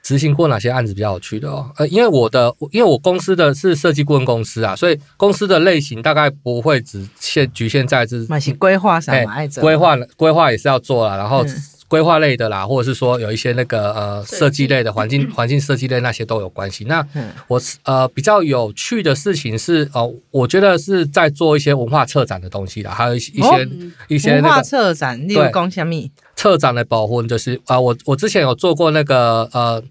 Speaker 4: 执行过哪些案子比较有趣的哦？呃，因为我的，因为我公司的是设计顾问公司啊，所以公司的类型大概不会只限局限在就是
Speaker 2: 蛮行规划上
Speaker 4: 哎
Speaker 2: 嘛，爱者
Speaker 4: 规划规划也是要做啦，然后
Speaker 2: 哦嗯
Speaker 4: 规划类的啦，或者是说有一些那个呃
Speaker 3: 设计
Speaker 4: 设计类的环境环境设计类那些都有关系。那
Speaker 2: 嗯
Speaker 4: 我是呃比较有趣的事情是呃，我觉得是在做一些文化策展的东西啦，还有一些一些、
Speaker 2: 哦
Speaker 4: 一些
Speaker 2: 文
Speaker 4: 那
Speaker 2: 化
Speaker 4: 个
Speaker 2: 策展，例如
Speaker 4: 对
Speaker 2: 讲虾米，
Speaker 4: 策展的保护，就是啊、呃我我之前有做过那个呃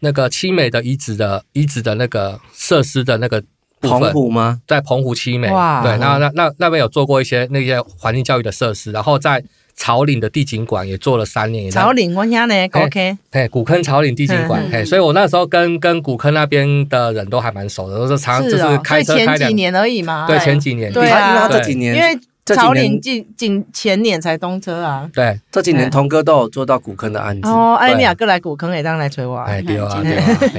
Speaker 4: 那个七美的遗址的遗址的那个设施的那个部
Speaker 1: 澎
Speaker 4: 分，
Speaker 1: 湖吗？
Speaker 4: 在澎湖七美，
Speaker 2: 哇
Speaker 4: 对，那那那那边有做过一些那些环境教育的设施，然后在草岭的地景馆也做了三年，也让
Speaker 2: 草岭我遐呢，OK，
Speaker 4: 嘿，古坑草岭地景馆
Speaker 3: 嗯，
Speaker 4: 嘿，所以我那时候跟跟古坑那边的人都还蛮熟的，都是常
Speaker 2: 是
Speaker 4: 哎就是
Speaker 2: 哦，所
Speaker 4: 开
Speaker 2: 以
Speaker 4: 车
Speaker 2: 前
Speaker 4: 开
Speaker 2: 几
Speaker 4: 两，
Speaker 2: 年而已嘛，
Speaker 4: 对，
Speaker 2: 哎
Speaker 4: 前几年，
Speaker 2: 对啊
Speaker 1: 因为他这几年，
Speaker 2: 因为
Speaker 1: 这几
Speaker 2: 草
Speaker 1: 年
Speaker 2: 岭近近前年才通车啊，
Speaker 4: 对，
Speaker 1: 这几
Speaker 2: 哎
Speaker 1: 年童哥都有做到古坑的案子。
Speaker 2: 哦，哎，
Speaker 4: 嗯对
Speaker 2: 你俩过来古坑也当来催我啊，
Speaker 4: 哎，对啊，
Speaker 3: 嗯
Speaker 4: 对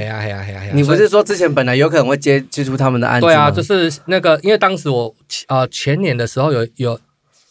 Speaker 4: 啊，嘿呀，嘿呀，嘿呀，嘿呀
Speaker 1: 你不
Speaker 4: 所以
Speaker 1: 是说之前本来有可能会接接触他们的案子吗？
Speaker 4: 对啊，就是那个，因为当时我呃前年的时候有有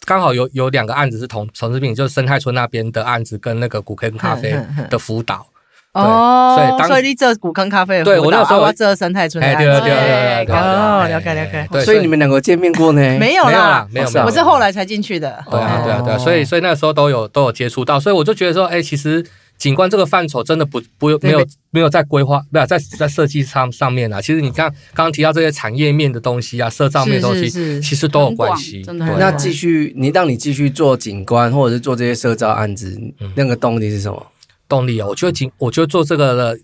Speaker 4: 刚好有有两个案子是同同志病，就是生态村那边的案子跟那个古坑咖啡
Speaker 2: 嗯嗯嗯
Speaker 4: 的辅导。
Speaker 2: 哦，
Speaker 4: 所以当
Speaker 2: 所以你这古坑咖啡的
Speaker 4: 对
Speaker 2: 辅
Speaker 4: 我那
Speaker 2: 导
Speaker 4: 时候
Speaker 2: 啊
Speaker 4: 有
Speaker 2: 我这生态村的
Speaker 4: 哎，
Speaker 2: 案
Speaker 4: 对
Speaker 2: 子，
Speaker 4: 啊对啊对啊对啊对啊对啊，
Speaker 2: 哦
Speaker 4: 哎
Speaker 2: 了解了解
Speaker 4: 对，
Speaker 1: 所以你们两个见面过呢？
Speaker 2: 没有啦
Speaker 4: 没有啦，，没有，
Speaker 1: 是
Speaker 4: 没
Speaker 1: 啊
Speaker 4: 有
Speaker 2: 我哦是后来才进去的，
Speaker 4: 对
Speaker 1: 哦
Speaker 4: 啊，对啊，对啊，所以所以那个时候都有都有接触到，所以我就觉得说，哎，其实景观这个范畴真的不不没有没有在规划，不是在在设计上上面啊。其实你看刚刚提到这些产业面的东西啊，社造面的东
Speaker 2: 是
Speaker 4: 西，
Speaker 2: 是是，
Speaker 4: 其实都有
Speaker 3: 很广
Speaker 4: 关系。
Speaker 3: 真的
Speaker 4: 对
Speaker 3: 很
Speaker 1: 那
Speaker 3: 广
Speaker 1: 继续，你让你继续做景观或者是做这些社招案子，
Speaker 4: 嗯
Speaker 1: 那个动力是什么？
Speaker 4: 动力哦，我觉得仅我觉得做这个的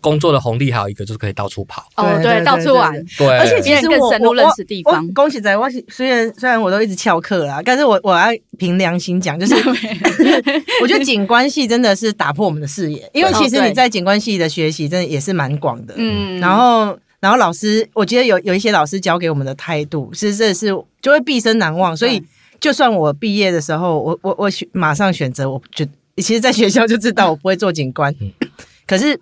Speaker 4: 工作的红利还有一个就是可以到处跑，
Speaker 3: 哦，
Speaker 2: 对对
Speaker 3: 对，到
Speaker 2: 对
Speaker 3: 处玩，
Speaker 4: 对，
Speaker 2: 而且其
Speaker 3: 别
Speaker 2: 实
Speaker 3: 人
Speaker 2: 我
Speaker 3: 更深入
Speaker 2: 我
Speaker 3: 认识地
Speaker 2: 我
Speaker 3: 方。
Speaker 2: 恭喜仔，我是虽然虽然我都一直翘课啦，但是我我要凭良心讲，就是 我觉得景观系真的是打破我们的视野，因为其实
Speaker 3: 哦对
Speaker 2: 你在景观系的学习真的也是蛮广的，
Speaker 3: 嗯
Speaker 2: 然后然后老师，我觉得有有一些老师教给我们的态度是这是就会毕生难忘，所以
Speaker 3: 对
Speaker 2: 就算我毕业的时候，我我我选马上选择，我就其实，在学校就知道我不会做警官，
Speaker 4: 嗯
Speaker 2: 可是。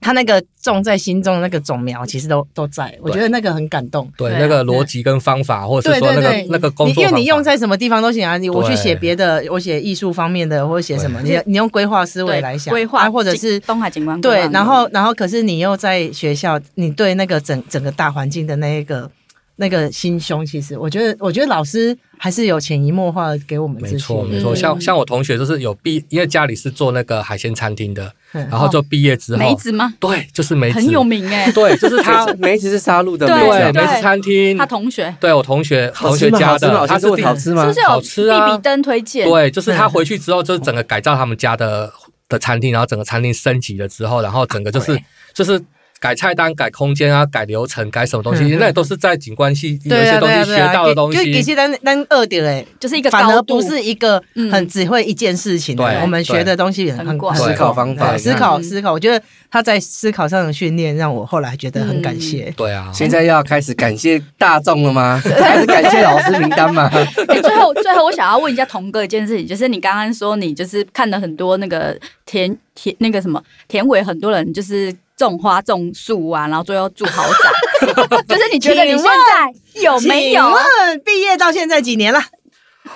Speaker 2: 他那个种在心中的那个种苗，其实都都在，我觉得那个很感动。
Speaker 4: 对
Speaker 3: 对啊
Speaker 4: 那个逻辑跟方
Speaker 2: 啊
Speaker 4: 法，或者是说那个那个工
Speaker 2: 你
Speaker 4: 作
Speaker 2: 因为
Speaker 4: 方法，
Speaker 2: 你用在什么地方都行啊。你我去
Speaker 4: 对
Speaker 2: 写别的，我写艺术方面的，或者写什么，你你用规划思维来想，
Speaker 3: 规划
Speaker 2: 啊或者是
Speaker 3: 东海景观规划
Speaker 2: 对
Speaker 3: 那，种
Speaker 2: 然后然后可是你又在学校，你对那个整整个大环境的那一个那个心胸，其实我觉得，我觉得老师还是有潜移默化地给我们
Speaker 4: 没
Speaker 2: 这
Speaker 4: 错
Speaker 2: 些。
Speaker 4: 没错，
Speaker 3: 嗯
Speaker 4: 像像我同学就是有毕，因为家里是做那个海鲜餐厅的，
Speaker 2: 嗯
Speaker 4: 然后就毕业之
Speaker 3: 梅
Speaker 4: 后，
Speaker 3: 子吗？
Speaker 4: 对，就是梅子，
Speaker 3: 很有名哎，
Speaker 4: 对，就是 他
Speaker 1: 他梅子是杀戮的梅
Speaker 3: 对
Speaker 1: 子
Speaker 4: 对
Speaker 1: 啊，
Speaker 4: 梅子餐厅
Speaker 3: 他，同学
Speaker 4: 对我同学
Speaker 1: 好
Speaker 4: 同
Speaker 1: 吃
Speaker 4: 学
Speaker 1: 吗？
Speaker 4: 家
Speaker 1: 好吃吗？
Speaker 4: 的，
Speaker 1: 好
Speaker 4: 他
Speaker 1: 像
Speaker 4: 是
Speaker 1: 是
Speaker 4: 第
Speaker 1: 好吃
Speaker 3: 是
Speaker 1: 吗
Speaker 3: 不是？
Speaker 4: 好
Speaker 3: 有
Speaker 4: 吃啊
Speaker 3: 比比登推荐？
Speaker 4: 对，就是他回去之后，就是整个改造他们家的的餐厅，然后整个餐厅升级了之后，然后整个就是就是改菜单、改空间啊、改流程、改什么东西，
Speaker 2: 嗯
Speaker 4: 那也都是在景观系有一
Speaker 2: 对
Speaker 4: 些
Speaker 2: 啊，
Speaker 4: 东
Speaker 2: 对啊，
Speaker 4: 西
Speaker 2: 对
Speaker 4: 学
Speaker 2: 啊，
Speaker 4: 到的东
Speaker 2: 就其
Speaker 4: 西。
Speaker 2: 实单单二点嘞，
Speaker 3: 就是一个
Speaker 2: 反
Speaker 3: 高
Speaker 2: 而
Speaker 3: 度
Speaker 2: 不是一个
Speaker 3: 嗯
Speaker 2: 很只会一件事情的。
Speaker 4: 对
Speaker 2: 我们
Speaker 4: 对
Speaker 2: 学的东西也很
Speaker 3: 很广
Speaker 4: 思
Speaker 1: 考方法
Speaker 2: 对思考
Speaker 3: 嗯
Speaker 2: 思考。我觉得他在思考上的训练，让我后来觉得很
Speaker 3: 嗯
Speaker 2: 感谢。
Speaker 4: 对啊，
Speaker 1: 现在要开始感谢大众了 吗？开始感谢老师名单 吗？
Speaker 3: 哎最后，最后我想要问一下童哥一件事情，就是你刚刚说你就是看了很多那个田田那个什么田尾，很多人就是种花种树啊，然后最后住豪宅， 就是你觉得你现在有哦没有啊
Speaker 2: 请？问毕业到现在几年了？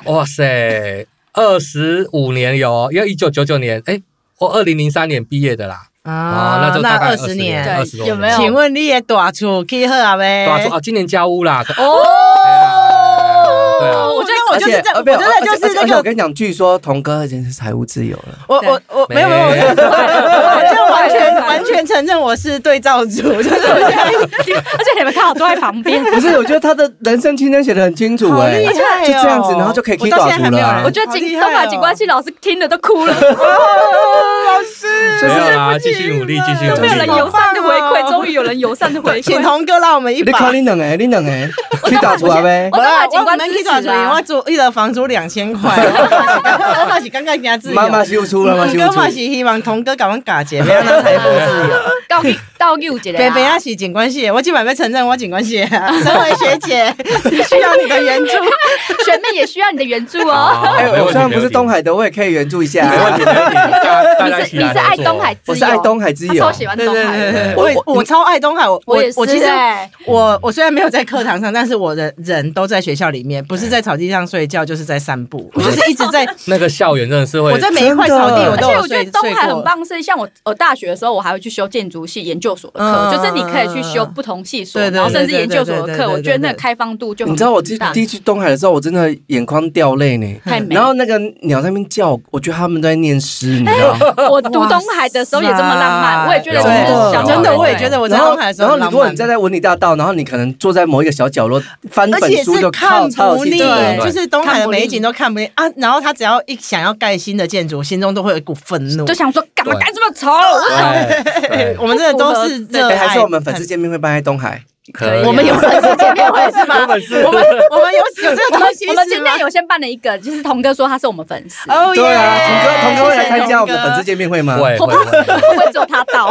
Speaker 4: 哇塞，二十五年有哦，因为一九九九年，哎，我二零零三年毕业的啦，啊，那就大概
Speaker 2: 二
Speaker 4: 20
Speaker 2: 十
Speaker 4: 年，
Speaker 3: 对
Speaker 4: 二十多
Speaker 3: 有没有
Speaker 2: 请问你也大厝去好啊呗？
Speaker 4: 对啊，说啊，今年交屋啦，
Speaker 3: 哦
Speaker 4: 对啊
Speaker 2: 我觉得我
Speaker 1: 而
Speaker 2: 就是
Speaker 1: 且
Speaker 2: 这，
Speaker 1: 呃
Speaker 2: 我
Speaker 1: 没有
Speaker 2: 真的就
Speaker 1: 而且
Speaker 2: 是
Speaker 1: 而且
Speaker 2: 那
Speaker 1: 我
Speaker 2: 个，
Speaker 1: 跟你讲，据说童哥已经是财务自由了。
Speaker 2: 我我我没有没有，我
Speaker 4: 没有
Speaker 2: 我就完全
Speaker 3: 对
Speaker 2: 完全承认我是对照组，就是 我觉得
Speaker 3: 而且你们刚好坐在旁边，
Speaker 1: 不是，我觉得他的人生清单写的很清楚
Speaker 2: 好
Speaker 1: 哎、
Speaker 2: 厉害哦，
Speaker 1: 就这样子，然后就可以
Speaker 2: 我
Speaker 1: K
Speaker 2: 到
Speaker 1: 大
Speaker 2: 现在还
Speaker 1: 图了
Speaker 2: 没有人
Speaker 1: 啊、
Speaker 3: 我觉得
Speaker 2: 好厉
Speaker 3: 景
Speaker 2: 害
Speaker 3: 东
Speaker 2: 哦
Speaker 3: 马景观系老师听了都哭 了，
Speaker 4: 没有啦，继续努力，继续努
Speaker 3: 都没
Speaker 4: 力，
Speaker 3: 有人友善的回馈，终于有人友善的回
Speaker 2: 请
Speaker 3: 馈。
Speaker 2: 童哥让我们一
Speaker 1: 你
Speaker 2: 把
Speaker 1: 看。你两个，你 两个 K 大图啊呗
Speaker 3: 我。都把
Speaker 2: 啦
Speaker 3: 警官
Speaker 2: 我们
Speaker 3: 支
Speaker 2: 去
Speaker 3: 持
Speaker 2: 找主
Speaker 3: 啦
Speaker 2: 我租一人房租两千 块，我嘛是刚刚人家自由。
Speaker 1: 妈妈秀出了，妈妈秀
Speaker 2: 哥
Speaker 1: 出
Speaker 2: 嘛是希望童哥甲阮嫁一个，要让咱财富自由。
Speaker 3: 倒倒 U 姐的
Speaker 2: 别别啊
Speaker 3: 啦
Speaker 2: 要，洗警官系，我基本被承认我警官系，啊 身为学 姐需要你的 援助。
Speaker 3: 学妹也需要你的援助哦。
Speaker 4: 好
Speaker 1: 哎、
Speaker 4: 没问题
Speaker 1: 我虽然不
Speaker 4: 没
Speaker 1: 是
Speaker 4: 问题
Speaker 1: 东海的，我也可以援助一下、啊
Speaker 4: 没问题，没问题，大家大
Speaker 3: 你
Speaker 4: 家一
Speaker 3: 是
Speaker 4: 起
Speaker 3: 你
Speaker 4: 来
Speaker 3: 是爱
Speaker 4: 合作
Speaker 3: 东海，之
Speaker 1: 我
Speaker 3: 友，
Speaker 1: 是爱东海之
Speaker 3: 他
Speaker 1: 友，
Speaker 3: 超喜欢
Speaker 2: 对
Speaker 3: 东
Speaker 2: 对
Speaker 3: 海的。
Speaker 2: 对对，
Speaker 1: 我
Speaker 2: 我也
Speaker 1: 我
Speaker 2: 我超爱东海，我
Speaker 3: 我
Speaker 2: 我
Speaker 3: 也是
Speaker 2: 我其实
Speaker 3: 哎
Speaker 2: 我我虽然没有在课堂上，但是我的人都在学校里面，不是在草地上睡觉，就是在散步，我就是一直 在，
Speaker 4: 那个校园真的是会
Speaker 2: 我在每一块草地
Speaker 1: 真的
Speaker 2: 我
Speaker 3: 而
Speaker 2: 都
Speaker 3: 且
Speaker 2: 有
Speaker 3: 我觉
Speaker 2: 睡
Speaker 3: 得东
Speaker 2: 睡
Speaker 3: 海很
Speaker 2: 过。
Speaker 3: 棒，是像我我大学的时候，我还会去修建筑系研究所的
Speaker 2: 嗯
Speaker 3: 课，就是你可以去修不同系所，
Speaker 2: 对对
Speaker 3: 然后甚至
Speaker 2: 对对
Speaker 3: 研究所
Speaker 2: 对
Speaker 3: 的
Speaker 2: 对
Speaker 3: 课，
Speaker 2: 对
Speaker 3: 我觉得那
Speaker 2: 对
Speaker 3: 个开放度就很
Speaker 1: 你知道我第
Speaker 3: 大
Speaker 1: 第一去东海的时候，我真的眼眶掉泪呢。
Speaker 3: 嗯太美
Speaker 1: 然。后那个鸟在那边叫，我觉得他们都在念诗，你知 道吗？
Speaker 3: 我读东海的时候也这么浪
Speaker 2: 啊
Speaker 3: 漫，我也觉得
Speaker 4: 有
Speaker 3: 其实
Speaker 1: 有
Speaker 3: 小
Speaker 1: 有
Speaker 2: 真的，
Speaker 3: 妹
Speaker 2: 我也
Speaker 3: 妹
Speaker 2: 觉得我在
Speaker 1: 然后
Speaker 2: 东海的时
Speaker 1: 然
Speaker 2: 候
Speaker 1: 后
Speaker 2: 很
Speaker 1: 你
Speaker 2: 浪
Speaker 1: 如果你
Speaker 2: 漫。
Speaker 1: 站在文理大道，然后你可能坐在某一个小角落翻
Speaker 2: 而
Speaker 1: 本
Speaker 2: 且
Speaker 1: 书
Speaker 2: 是
Speaker 1: 就
Speaker 2: 看
Speaker 1: 靠超有
Speaker 2: 不
Speaker 1: 兴
Speaker 2: 腻
Speaker 1: 趣
Speaker 2: 耶，
Speaker 1: 了
Speaker 2: 就
Speaker 1: 对
Speaker 2: 是东海
Speaker 3: 看
Speaker 2: 的
Speaker 3: 不
Speaker 2: 美
Speaker 3: 腻
Speaker 2: 景都看不腻啊。然后他只要一想要盖新的建筑，心中都会有一股愤怒
Speaker 3: 就。想说干嘛
Speaker 4: 对
Speaker 3: 盖这么丑？
Speaker 4: 对对
Speaker 2: 我们真的都是热
Speaker 1: 哎
Speaker 2: 爱，
Speaker 1: 还是我们粉丝见面会办在东海？
Speaker 4: 可以
Speaker 2: 我们有粉丝见面 会是吗？我 们我们有有这
Speaker 3: 我
Speaker 2: 个
Speaker 3: 们
Speaker 2: 东西
Speaker 3: 我们今
Speaker 2: 是吗
Speaker 3: 天？有先办了一个，就是童哥说他是我们粉丝，
Speaker 2: 哦
Speaker 1: 对啊，
Speaker 2: 耶
Speaker 1: 童哥童哥会来
Speaker 2: 谢谢
Speaker 1: 参加我们的
Speaker 2: 童哥
Speaker 1: 粉丝见面会吗？
Speaker 4: 会会会
Speaker 3: 会不会只有他到？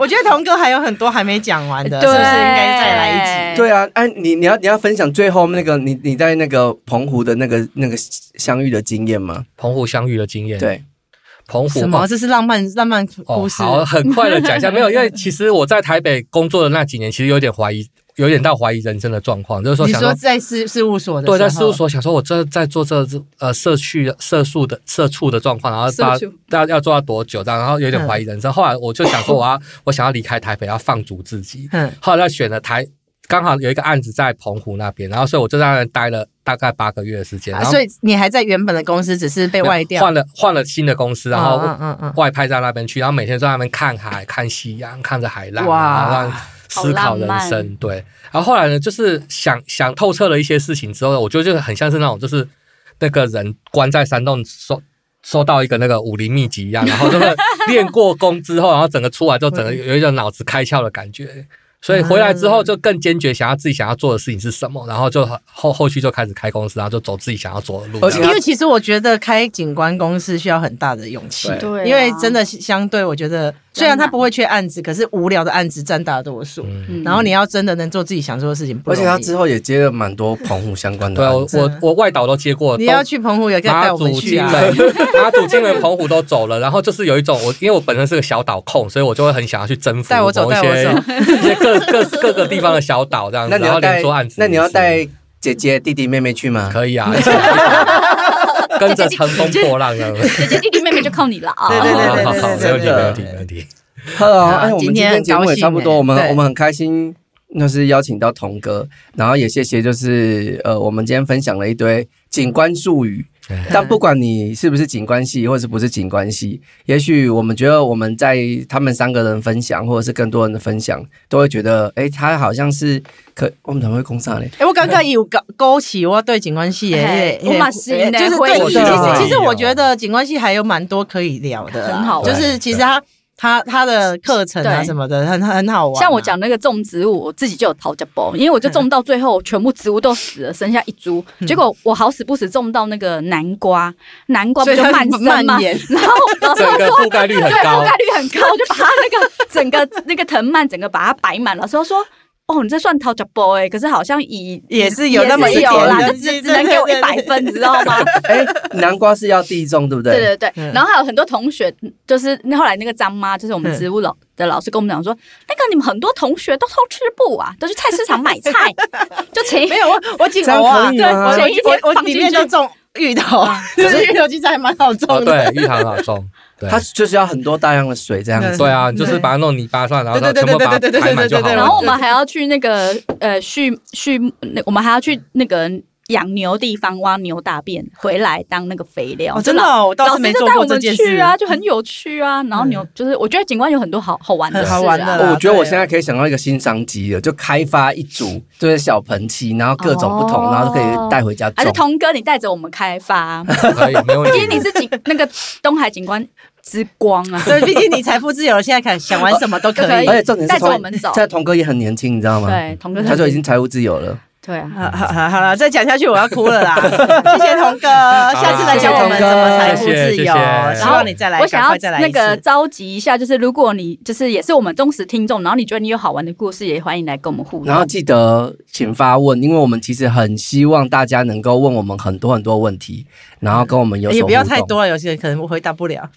Speaker 2: 我觉得童哥还有很多还没讲完的，是
Speaker 3: 对
Speaker 2: 不是应该再来一集？
Speaker 1: 对啊，哎，你你要你要分享最后那个你你在那个澎湖的那个那个相遇的经验吗？
Speaker 4: 澎湖相遇的经验，，
Speaker 1: 对，
Speaker 4: 澎湖
Speaker 2: 什么？这是浪漫浪漫
Speaker 4: 哦，
Speaker 2: 故事？
Speaker 4: 好，很快的 讲一下，没有，因为其实我在台北工作的那几年，其实有点怀疑，有点到怀疑人生的状况，就是说
Speaker 2: 你
Speaker 4: 想说
Speaker 2: 说。在事事务所的时候
Speaker 4: 对，在事务所想说，我这在做这呃社区社畜的社畜的状况，然后
Speaker 3: 社
Speaker 4: 大
Speaker 3: 畜
Speaker 4: 大家要做到多久这样，然后
Speaker 2: 嗯
Speaker 4: 有点怀疑人生。后来我就想说，我要我想要离开台北，要放逐自己。
Speaker 2: 嗯
Speaker 4: 后来选了台，刚好有一个案子在澎湖那边，然后所以我就在那待了大概八个月的时间，然
Speaker 2: 啊
Speaker 4: 后
Speaker 2: 所以你还在原本的公司，只是被外调，
Speaker 4: 换了换了新的公司，然
Speaker 2: 嗯
Speaker 4: 后
Speaker 2: 嗯嗯
Speaker 4: 外派在那边去，然后每天在那边看海、看夕阳、看着海浪，
Speaker 2: 哇
Speaker 4: 然后让思考人
Speaker 3: 好浪
Speaker 4: 生。
Speaker 3: 漫
Speaker 4: 对，然后后来呢，就是想想透彻了一些事情之后，我觉得就是很像是那种就是那个人关在山洞收。收到一个那个武林秘籍一样，然后就是练过功之后，然后整个出来之后，整个有一种脑子开窍的感觉，所以回来之后就更坚决想要自己想要做的事情是什么，然后就后后续就开始开公司，然后就走自己想要走的路。
Speaker 1: 而且
Speaker 2: 嗯。因为其实我觉得开景观公司需要很大的勇气，
Speaker 3: 对啊
Speaker 2: 因为真的相对我觉得，虽然他不会缺案子，可是无聊的案子占大多数。
Speaker 4: 嗯
Speaker 3: 嗯
Speaker 2: 然后你要真的能做自己想做的事情，不
Speaker 1: 而
Speaker 2: 容
Speaker 1: 且
Speaker 2: 易
Speaker 1: 他之后也接了蛮多澎湖相关的
Speaker 4: 对啊，
Speaker 1: 案
Speaker 4: 我
Speaker 1: 子，
Speaker 4: 我我外岛都接过，
Speaker 2: 你
Speaker 4: 都
Speaker 2: 要去澎湖也可以带
Speaker 4: 马
Speaker 2: 我
Speaker 4: 祖、
Speaker 2: 们去
Speaker 4: 金
Speaker 2: 啊。
Speaker 4: 门、马祖、金门、澎湖都走了，然后就是有一种我，因为我本身是个小岛控，所以我就会很想要去征服
Speaker 2: 带我走
Speaker 4: 某一些
Speaker 2: 带我
Speaker 4: 一些各各各个地方的小岛这样子，
Speaker 1: 那你
Speaker 4: 然后
Speaker 1: 要带
Speaker 4: 连做案子，
Speaker 1: 那你要带姐姐弟弟妹妹去吗？
Speaker 4: 可以啊，跟着乘风破浪这样子。
Speaker 3: 姐姐弟弟妹妹就靠你了啊！
Speaker 2: 对对对对对
Speaker 4: 好好好没问
Speaker 1: 真
Speaker 4: 题，
Speaker 1: 的
Speaker 4: 没问题，没问题。
Speaker 1: Hello，
Speaker 2: 啊
Speaker 1: 哎，我们今
Speaker 2: 今天
Speaker 1: 天节目也差不多，
Speaker 2: 很
Speaker 1: 我
Speaker 2: 高兴
Speaker 1: 们
Speaker 2: 哎对
Speaker 1: 我们很开心，就是邀请到童哥，然后也谢谢，就是呃，我们今天分享了一堆景观术语
Speaker 4: 对。
Speaker 1: 但不管你是不是景观系，或是不是景观系，也许我们觉得我们在他们三个人分享，或者是更多人的分享，都会觉得，哎、他好像是可我们怎么会攻上嘞？
Speaker 2: 哎、我刚刚有勾勾起我对景观系耶
Speaker 3: 嘿，
Speaker 2: 也也
Speaker 3: 我嘛是
Speaker 2: 也
Speaker 3: 呢
Speaker 2: 就是
Speaker 3: 回
Speaker 2: 对，
Speaker 1: 忆
Speaker 2: 其
Speaker 1: 回忆
Speaker 2: 实其实
Speaker 4: 哦
Speaker 2: 我觉得景观系还有蛮多可以聊的啦，
Speaker 3: 很好
Speaker 2: 就
Speaker 3: 玩
Speaker 2: 是其实它它它的课程啊
Speaker 3: 对
Speaker 2: 什么的，很很好玩啊、
Speaker 3: 像我讲那个种植物，我自己就有桃胶包，因为我就种到最后，全部植物都死了，剩下一株。
Speaker 2: 嗯
Speaker 3: 结果我好死不死种到那个南瓜，南瓜不
Speaker 2: 所以
Speaker 3: 就
Speaker 2: 它
Speaker 3: 蔓生 吗
Speaker 2: 蔓延？
Speaker 3: 然后老师
Speaker 4: 整个覆盖率很
Speaker 3: 对覆
Speaker 4: 高
Speaker 3: 盖，率很高，我就把它那个 整个那个藤蔓整个把它摆满了。所以说。哦，你这算桃胶包哎，可是好像以
Speaker 2: 也是有那么一
Speaker 3: 也是有
Speaker 2: 点
Speaker 3: 啦，
Speaker 2: 的
Speaker 3: 就只只能给我
Speaker 2: 对对
Speaker 3: 一百
Speaker 2: 对
Speaker 3: 分，你知道吗？
Speaker 1: 哎、南瓜是要地种，对不对？
Speaker 3: 对对对
Speaker 2: 嗯，
Speaker 3: 然后还有很多同学，就是那后来那个张妈，就是我们
Speaker 2: 嗯
Speaker 3: 植物老的老师跟我们讲说，那个你们很多同学都偷吃布啊，都去菜市场买菜， 就前一
Speaker 2: 没有我我景
Speaker 1: 这样
Speaker 2: 我啊，
Speaker 1: 可以
Speaker 2: 对
Speaker 1: 吗
Speaker 2: 我
Speaker 3: 前一天
Speaker 2: 我我我
Speaker 3: 放
Speaker 2: 里
Speaker 3: 进
Speaker 2: 面
Speaker 3: 去嗯
Speaker 2: 就种芋头， 就是芋头其实还蛮好
Speaker 4: 哦，
Speaker 2: 种的。
Speaker 4: 对，玉堂老中，对
Speaker 1: 它就是要很多大量的水这样子。
Speaker 4: 对啊，你就是把它弄泥巴上，然后
Speaker 2: 对对
Speaker 4: 全
Speaker 2: 对
Speaker 4: 部把
Speaker 2: 对
Speaker 4: 它
Speaker 2: 对对
Speaker 4: 排
Speaker 2: 对对
Speaker 4: 满就好了。
Speaker 2: 对
Speaker 3: 然后我们还要去那个呃畜畜，那我们还要去那个养牛地方挖牛大便回来当那个肥料，
Speaker 2: 哦，真的、
Speaker 3: 就老。
Speaker 2: 哦，我倒
Speaker 3: 老
Speaker 2: 是没
Speaker 3: 师就
Speaker 2: 做
Speaker 3: 带
Speaker 2: 过
Speaker 3: 我
Speaker 2: 这
Speaker 3: 们
Speaker 2: 件事 嗯
Speaker 3: 去啊，就很有趣啊。然后牛就是，我觉得景观有很多好好玩的
Speaker 2: 很
Speaker 3: 事
Speaker 2: 好玩的
Speaker 3: 啊。
Speaker 1: 哦我觉得我
Speaker 2: 对
Speaker 1: 现在可以想到一个新商机了，就开发一组就是小盆器，然后各种不同，
Speaker 3: 哦
Speaker 1: 然后就可以带回家
Speaker 3: 还是
Speaker 1: 种。
Speaker 3: 童哥，你带着我们开发，啊
Speaker 4: 可以，没问
Speaker 3: 毕
Speaker 4: 题。
Speaker 3: 竟你是景那个东海景观之光 啊。
Speaker 2: 对，毕竟你财富自由了，现在看想玩什么都可
Speaker 3: 都可
Speaker 2: 以
Speaker 3: 以
Speaker 1: 而。且重点是
Speaker 3: 带着
Speaker 1: 童
Speaker 3: 我们走
Speaker 1: 现在童哥也很年轻，你知道吗？
Speaker 3: 对，童哥
Speaker 1: 他就已经财务自由了。
Speaker 3: 对啊，
Speaker 2: 好好好好了，再讲下去我要 哭了啦！谢谢童哥，下次来教我们怎么财富自
Speaker 4: 谢谢
Speaker 2: 由，
Speaker 4: 谢谢
Speaker 2: 希望你再来，
Speaker 3: 我想
Speaker 2: 赶
Speaker 3: 要
Speaker 2: 快再来一
Speaker 3: 那个
Speaker 2: 次。
Speaker 3: 召集一下，就是如果你就是也是我们忠实听众，然后你觉得你有好玩的故事，也欢迎来跟我们互动。
Speaker 1: 然后记得请发问，因为我们其实很希望大家能够问我们很多很多问题，然后跟我们有所
Speaker 2: 哎也不要
Speaker 1: 互动
Speaker 2: 太，多了，有些人可能我回答不了。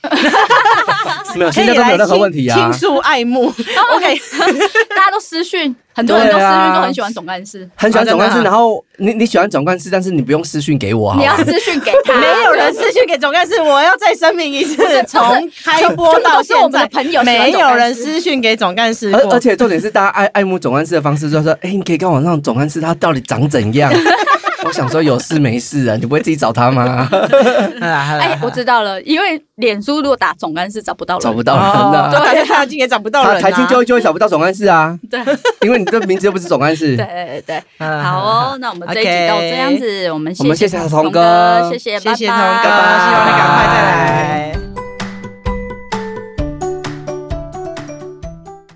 Speaker 1: 没有
Speaker 2: 可
Speaker 1: 现
Speaker 2: 以
Speaker 1: 在都没
Speaker 2: 来
Speaker 1: 有任何
Speaker 2: 倾
Speaker 1: 问题啊
Speaker 2: 倾。诉爱慕。OK，
Speaker 3: 大家都私讯，很多人都私
Speaker 1: 对
Speaker 3: 讯
Speaker 1: 啊
Speaker 3: 都很喜欢总干事，
Speaker 1: 很喜欢总干
Speaker 2: 啊
Speaker 1: 事，
Speaker 2: 真的啊
Speaker 1: 然后你你喜欢总干事，但是你不用私讯给我好啊
Speaker 3: 你
Speaker 1: 吗
Speaker 3: 要？私讯给他，
Speaker 2: 没有人私讯给总干事，我要再声明一次
Speaker 3: 不是，
Speaker 2: 从开播到现
Speaker 3: 就是我们
Speaker 2: 在
Speaker 3: 的，朋友喜欢
Speaker 2: 没
Speaker 3: 总干
Speaker 2: 有
Speaker 3: 事
Speaker 2: 人私讯给总干事
Speaker 1: 而
Speaker 2: 过
Speaker 1: 而。且重点是，大家爱爱慕总干事的方式，就是说，哎、你可以告诉我那种总干事他到底长怎 样？我想说有事没事啊，你不会自己找他吗？
Speaker 2: 好啦好啦
Speaker 3: 哎，我知道了，因为脸书如果打总干事找不到人，
Speaker 1: 找不
Speaker 3: 到，
Speaker 1: 到人啊的、
Speaker 2: 哦大家看到今也找不到人
Speaker 1: 他
Speaker 2: 啊。
Speaker 1: 台青揪一揪也找不到总干事啊，
Speaker 3: 对
Speaker 1: 因为你的名字又不是总干事
Speaker 3: 对。对对。
Speaker 2: 好啦
Speaker 3: 好
Speaker 2: 啦
Speaker 3: 哦哦，那我们这一集到这样子，我们
Speaker 1: 啊我们
Speaker 3: 谢
Speaker 1: 谢
Speaker 3: 谢
Speaker 1: 谢
Speaker 3: 童
Speaker 1: 童哥
Speaker 3: 谢谢，
Speaker 2: 谢谢童
Speaker 3: 拜
Speaker 2: 哥，
Speaker 3: 拜
Speaker 2: 希望你赶快